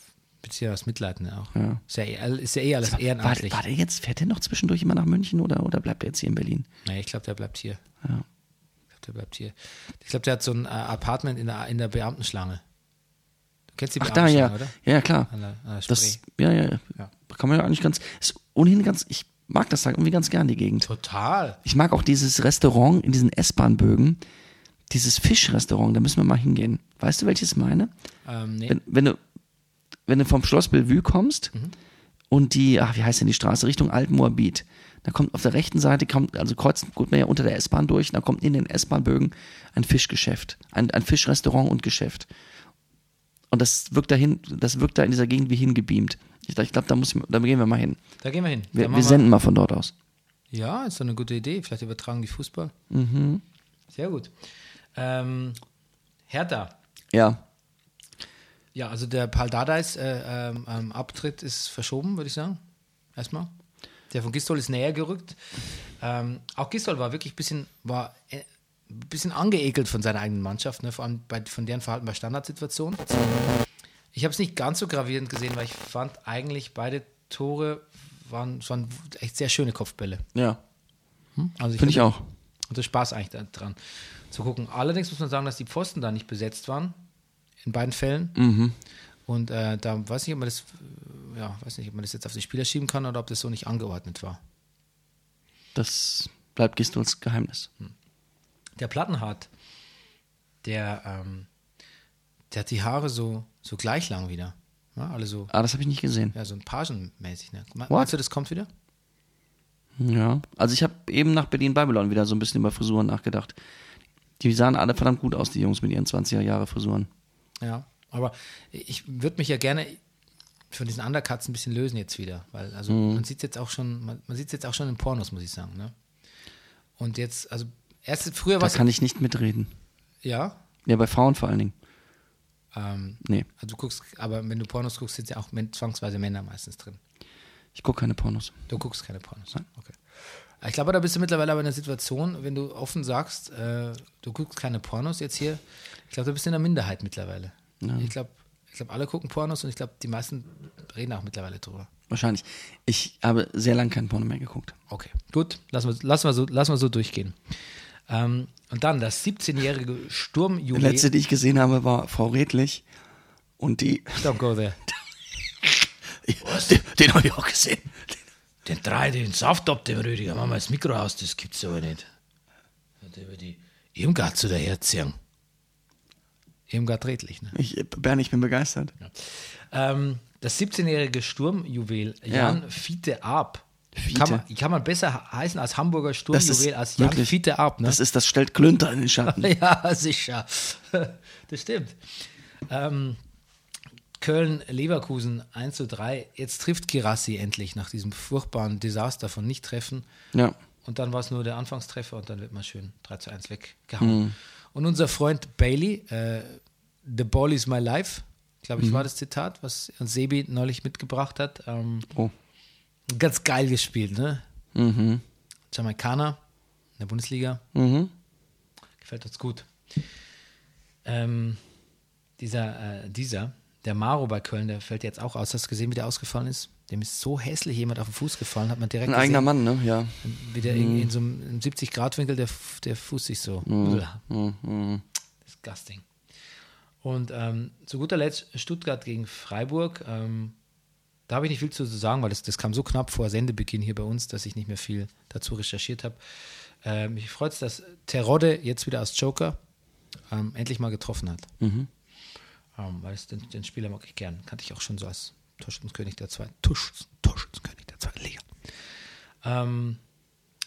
Speaker 1: beziehe aus Mitleid, ne, auch.
Speaker 2: Ja.
Speaker 1: Ist, ja eh, all- ist ja eh alles
Speaker 2: War,
Speaker 1: ehrenamtlich.
Speaker 2: war der jetzt, fährt der noch zwischendurch immer nach München oder, oder bleibt er jetzt hier in Berlin?
Speaker 1: Nee, ich glaube, der bleibt hier.
Speaker 2: Ja.
Speaker 1: Ich glaube, der bleibt hier. Ich glaube, der hat so ein äh, Apartment in der, in der Beamtenschlange. Du kennst die
Speaker 2: Ach, da,
Speaker 1: Beamtenschlange,
Speaker 2: ja.
Speaker 1: oder?
Speaker 2: Ja, ja, klar.
Speaker 1: An der, an der Spree.
Speaker 2: Das, ja, ja,
Speaker 1: Ja.
Speaker 2: ja. Kann man ja eigentlich ganz, ist ohnehin ganz, ich mag das da irgendwie ganz gern, die Gegend.
Speaker 1: Total.
Speaker 2: Ich mag auch dieses Restaurant in diesen S-Bahn-Bögen, dieses Fischrestaurant, da müssen wir mal hingehen. Weißt du, welches ich meine?
Speaker 1: Ähm, nee.
Speaker 2: Wenn, wenn, du, wenn du vom Schloss Bellevue kommst und die, ach, wie heißt denn die Straße, Richtung Altmoabit, da kommt auf der rechten Seite, kommt, also kreuzt, gut, man ja unter der S-Bahn durch, da kommt in den S-Bahnbögen ein Fischgeschäft, ein, ein Fischrestaurant und Geschäft. Und das wirkt dahin, das wirkt da in dieser Gegend wie hingebeamt. Ich, ich glaube, da muss ich, da gehen wir mal hin.
Speaker 1: da gehen wir hin. Da
Speaker 2: Wir,
Speaker 1: machen
Speaker 2: wir senden mal von dort aus.
Speaker 1: Ja, ist doch eine gute Idee. Vielleicht übertragen die Fußball.
Speaker 2: Mhm.
Speaker 1: Sehr gut. Ähm, Hertha.
Speaker 2: Ja.
Speaker 1: Ja, also der Paul Dardais äh, ähm, ähm, Abtritt ist verschoben, würde ich sagen. Erstmal. Der von Gistol ist näher gerückt. Ähm, auch Gistol war wirklich ein bisschen, war, äh, ein bisschen angeekelt von seiner eigenen Mannschaft, ne? vor allem bei, von deren Verhalten bei Standardsituationen. Ich habe es nicht ganz so gravierend gesehen, weil ich fand eigentlich beide Tore waren, waren echt sehr schöne Kopfbälle.
Speaker 2: Ja,
Speaker 1: Also
Speaker 2: finde ich
Speaker 1: hatte-
Speaker 2: auch.
Speaker 1: hatte Spaß eigentlich da- dran zu gucken. Allerdings muss man sagen, dass die Pfosten da nicht besetzt waren, in beiden Fällen. Und äh, da weiß ich, ob man das, äh, ja, weiß nicht, ob man das jetzt auf die Spieler schieben kann oder ob das so nicht angeordnet war.
Speaker 2: Das bleibt Gistols Geheimnis.
Speaker 1: Der Plattenhardt, der, ähm, der hat die Haare so, so gleich lang wieder. Ja, alle so,
Speaker 2: Ah, das habe ich nicht gesehen.
Speaker 1: ja, so ein Pagenmäßig. Ne? Me-
Speaker 2: What?
Speaker 1: Meinst du, das kommt wieder?
Speaker 2: Ja. Also ich habe eben nach Berlin-Babylon wieder so ein bisschen über Frisuren nachgedacht. Die sahen alle verdammt gut aus, die Jungs mit ihren 20er-Jahre-Frisuren.
Speaker 1: Ja, aber ich würde mich ja gerne von diesen Undercuts ein bisschen lösen jetzt wieder, weil also
Speaker 2: Mhm.
Speaker 1: man sieht jetzt auch schon, man, man sieht jetzt auch schon in Pornos, muss ich sagen, ne? Und jetzt, also erst früher
Speaker 2: Da
Speaker 1: war es
Speaker 2: kann ich nicht mitreden.
Speaker 1: ja,
Speaker 2: Ja, bei Frauen vor allen Dingen.
Speaker 1: ähm,
Speaker 2: Nee,
Speaker 1: also du guckst, aber wenn du Pornos guckst, sind ja auch men- zwangsweise Männer meistens drin.
Speaker 2: ich gucke keine Pornos.
Speaker 1: Du guckst keine Pornos. Okay. Ich glaube, da bist du mittlerweile aber in der Situation, wenn du offen sagst, äh, du guckst keine Pornos jetzt hier. Ich glaube, da bist du in der Minderheit mittlerweile. Ich glaube, ich glaube, alle gucken Pornos und ich glaube, die meisten reden auch mittlerweile drüber.
Speaker 2: Wahrscheinlich. Ich habe sehr lange kein Porno mehr geguckt.
Speaker 1: Okay, gut, lassen wir, lassen wir, so, lassen wir so durchgehen. Ähm, und dann das 17-jährige
Speaker 2: Die
Speaker 1: Sturmjubiläum.
Speaker 2: letzte, die ich gesehen habe, war Frau Redlich. Und die.
Speaker 1: Don't go there.
Speaker 2: Den, den habe ich auch gesehen.
Speaker 1: Den drei den Saft ab, dem Rüdiger. Mach mal das Mikro aus, das gibt's aber nicht. Hat über die Irmgard zu der Herzung. Irmgard redlich, ne?
Speaker 2: Ich, Bernd, ich bin begeistert.
Speaker 1: Ähm, das 17-jährige Sturmjuwel Jan
Speaker 2: Ja.
Speaker 1: Fiete Arp.
Speaker 2: Fiete.
Speaker 1: Kann man, kann man besser heißen als Hamburger
Speaker 2: Das
Speaker 1: Sturmjuwel
Speaker 2: ist
Speaker 1: als Jan
Speaker 2: wirklich-
Speaker 1: Fiete Arp, ne?
Speaker 2: Das ist, das stellt Klünter in den Schatten.
Speaker 1: Ja, sicher. Das stimmt. Ähm, Köln-Leverkusen 1 zu 3. Jetzt trifft Girassi endlich nach diesem furchtbaren Desaster von Nicht-Treffen.
Speaker 2: Ja.
Speaker 1: Und dann war es nur der Anfangstreffer und dann wird man schön 3 zu 1 weggehauen. Und unser Freund Bailey, äh, The Ball is my life, glaube ich, war das Zitat, was uns Sebi neulich mitgebracht hat. Ähm,
Speaker 2: Oh.
Speaker 1: Ganz geil gespielt, ne?
Speaker 2: Mhm.
Speaker 1: Jamaikaner in der Bundesliga. Gefällt uns gut. Ähm, dieser, äh, dieser, der Maro bei Köln, der fällt jetzt auch aus. Hast du gesehen, wie der ausgefallen ist? Dem ist so hässlich jemand auf den Fuß gefallen, hat man direkt
Speaker 2: Ein
Speaker 1: gesehen,
Speaker 2: eigener Mann, ne? Ja.
Speaker 1: wie der in, in so einem 70-Grad-Winkel der, F- der Fuß sich so. Disgusting. Und ähm, zu guter Letzt Stuttgart gegen Freiburg. Ähm, da habe ich nicht viel zu sagen, weil das, das kam so knapp vor Sendebeginn hier bei uns, dass ich nicht mehr viel dazu recherchiert habe. Ähm, mich freut es, dass Terodde jetzt wieder als Joker ähm, endlich mal getroffen hat. Ähm, weil es, den, den Spieler mag ich gern. Kannte ich auch schon so als Torschützenkönig der zweiten Tusch, Torschützenkönig der zweiten Liga. Ähm,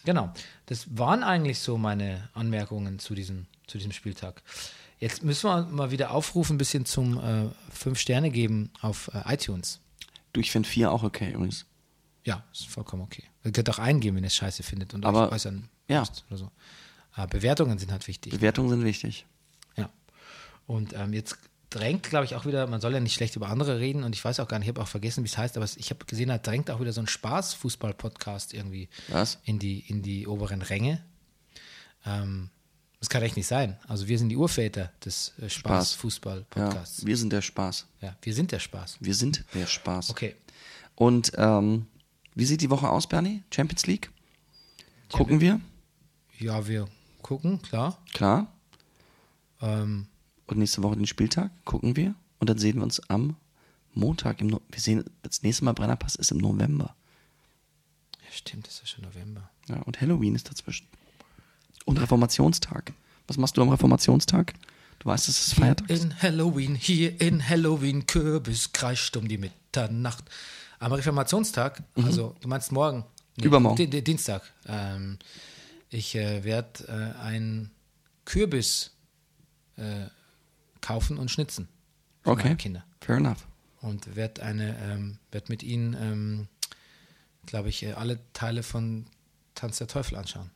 Speaker 1: genau. Das waren eigentlich so meine Anmerkungen zu diesem, zu diesem Spieltag. Jetzt müssen wir mal wieder aufrufen, ein bisschen zum äh, fünf Sterne geben auf äh, iTunes.
Speaker 2: Du, ich finde vier auch okay übrigens.
Speaker 1: Ja, ist vollkommen okay. Ihr könnt auch eingeben, wenn ihr es scheiße findet und
Speaker 2: Aber-
Speaker 1: euch äußern
Speaker 2: ja.
Speaker 1: müsst oder so. Aber Bewertungen sind halt wichtig.
Speaker 2: Bewertungen sind wichtig.
Speaker 1: ja. Und ähm, jetzt drängt, glaube ich, auch wieder, man soll ja nicht schlecht über andere reden und ich weiß auch gar nicht, ich habe auch vergessen, wie es heißt, aber es- ich habe gesehen, da drängt auch wieder so ein Spaß-Fußball-Podcast irgendwie
Speaker 2: Was?
Speaker 1: in die, in die oberen Ränge. Ähm, das kann echt nicht sein. Also wir sind die Urväter des äh,
Speaker 2: Ja.
Speaker 1: Spaß-Fußball-Podcasts.
Speaker 2: Wir sind der Spaß.
Speaker 1: Ja. wir sind der Spaß.
Speaker 2: Wir sind der Spaß.
Speaker 1: Okay.
Speaker 2: Und ähm, wie sieht die Woche aus, Bernie? Champions League? Gucken wir?
Speaker 1: Ja, wir gucken, klar.
Speaker 2: Klar.
Speaker 1: Ähm,
Speaker 2: Und nächste Woche den Spieltag? Gucken wir? Und dann sehen wir uns am Montag. Im no wir sehen, das nächste Mal Brennerpass ist im November.
Speaker 1: ja, stimmt, das ist ja schon November.
Speaker 2: Ja, und Halloween ist dazwischen. Und Reformationstag. Was machst du am Reformationstag? Du weißt, es ist Feiertag. ist.
Speaker 1: In Halloween, hier in Halloween, Kürbis kreischt um die Mitternacht. Am Reformationstag, also du meinst morgen? Nee,
Speaker 2: Mhm. Übermorgen.
Speaker 1: Di- Di- Dienstag. Ähm, ich äh, werde äh, einen Kürbis äh, kaufen und schnitzen. für
Speaker 2: Okay.
Speaker 1: meine Kinder.
Speaker 2: Fair enough.
Speaker 1: Und werde eine, ähm, werd mit ihnen, ähm, glaube ich, äh, alle Teile von Tanz der Teufel anschauen.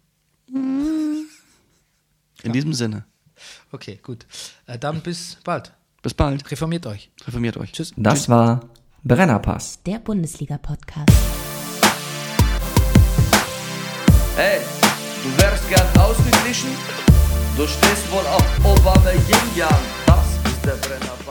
Speaker 2: In diesem Sinne.
Speaker 1: Okay, gut. Äh, dann bis bald.
Speaker 2: Bis bald.
Speaker 1: Reformiert euch.
Speaker 2: Reformiert euch.
Speaker 1: Tschüss.
Speaker 3: Das war Brennerpass.
Speaker 4: Der Bundesliga-Podcast.
Speaker 5: Ey, du wärst gern ausgeglichen? Du stehst wohl auf Obama Yin Yang. Das ist der Brennerpass.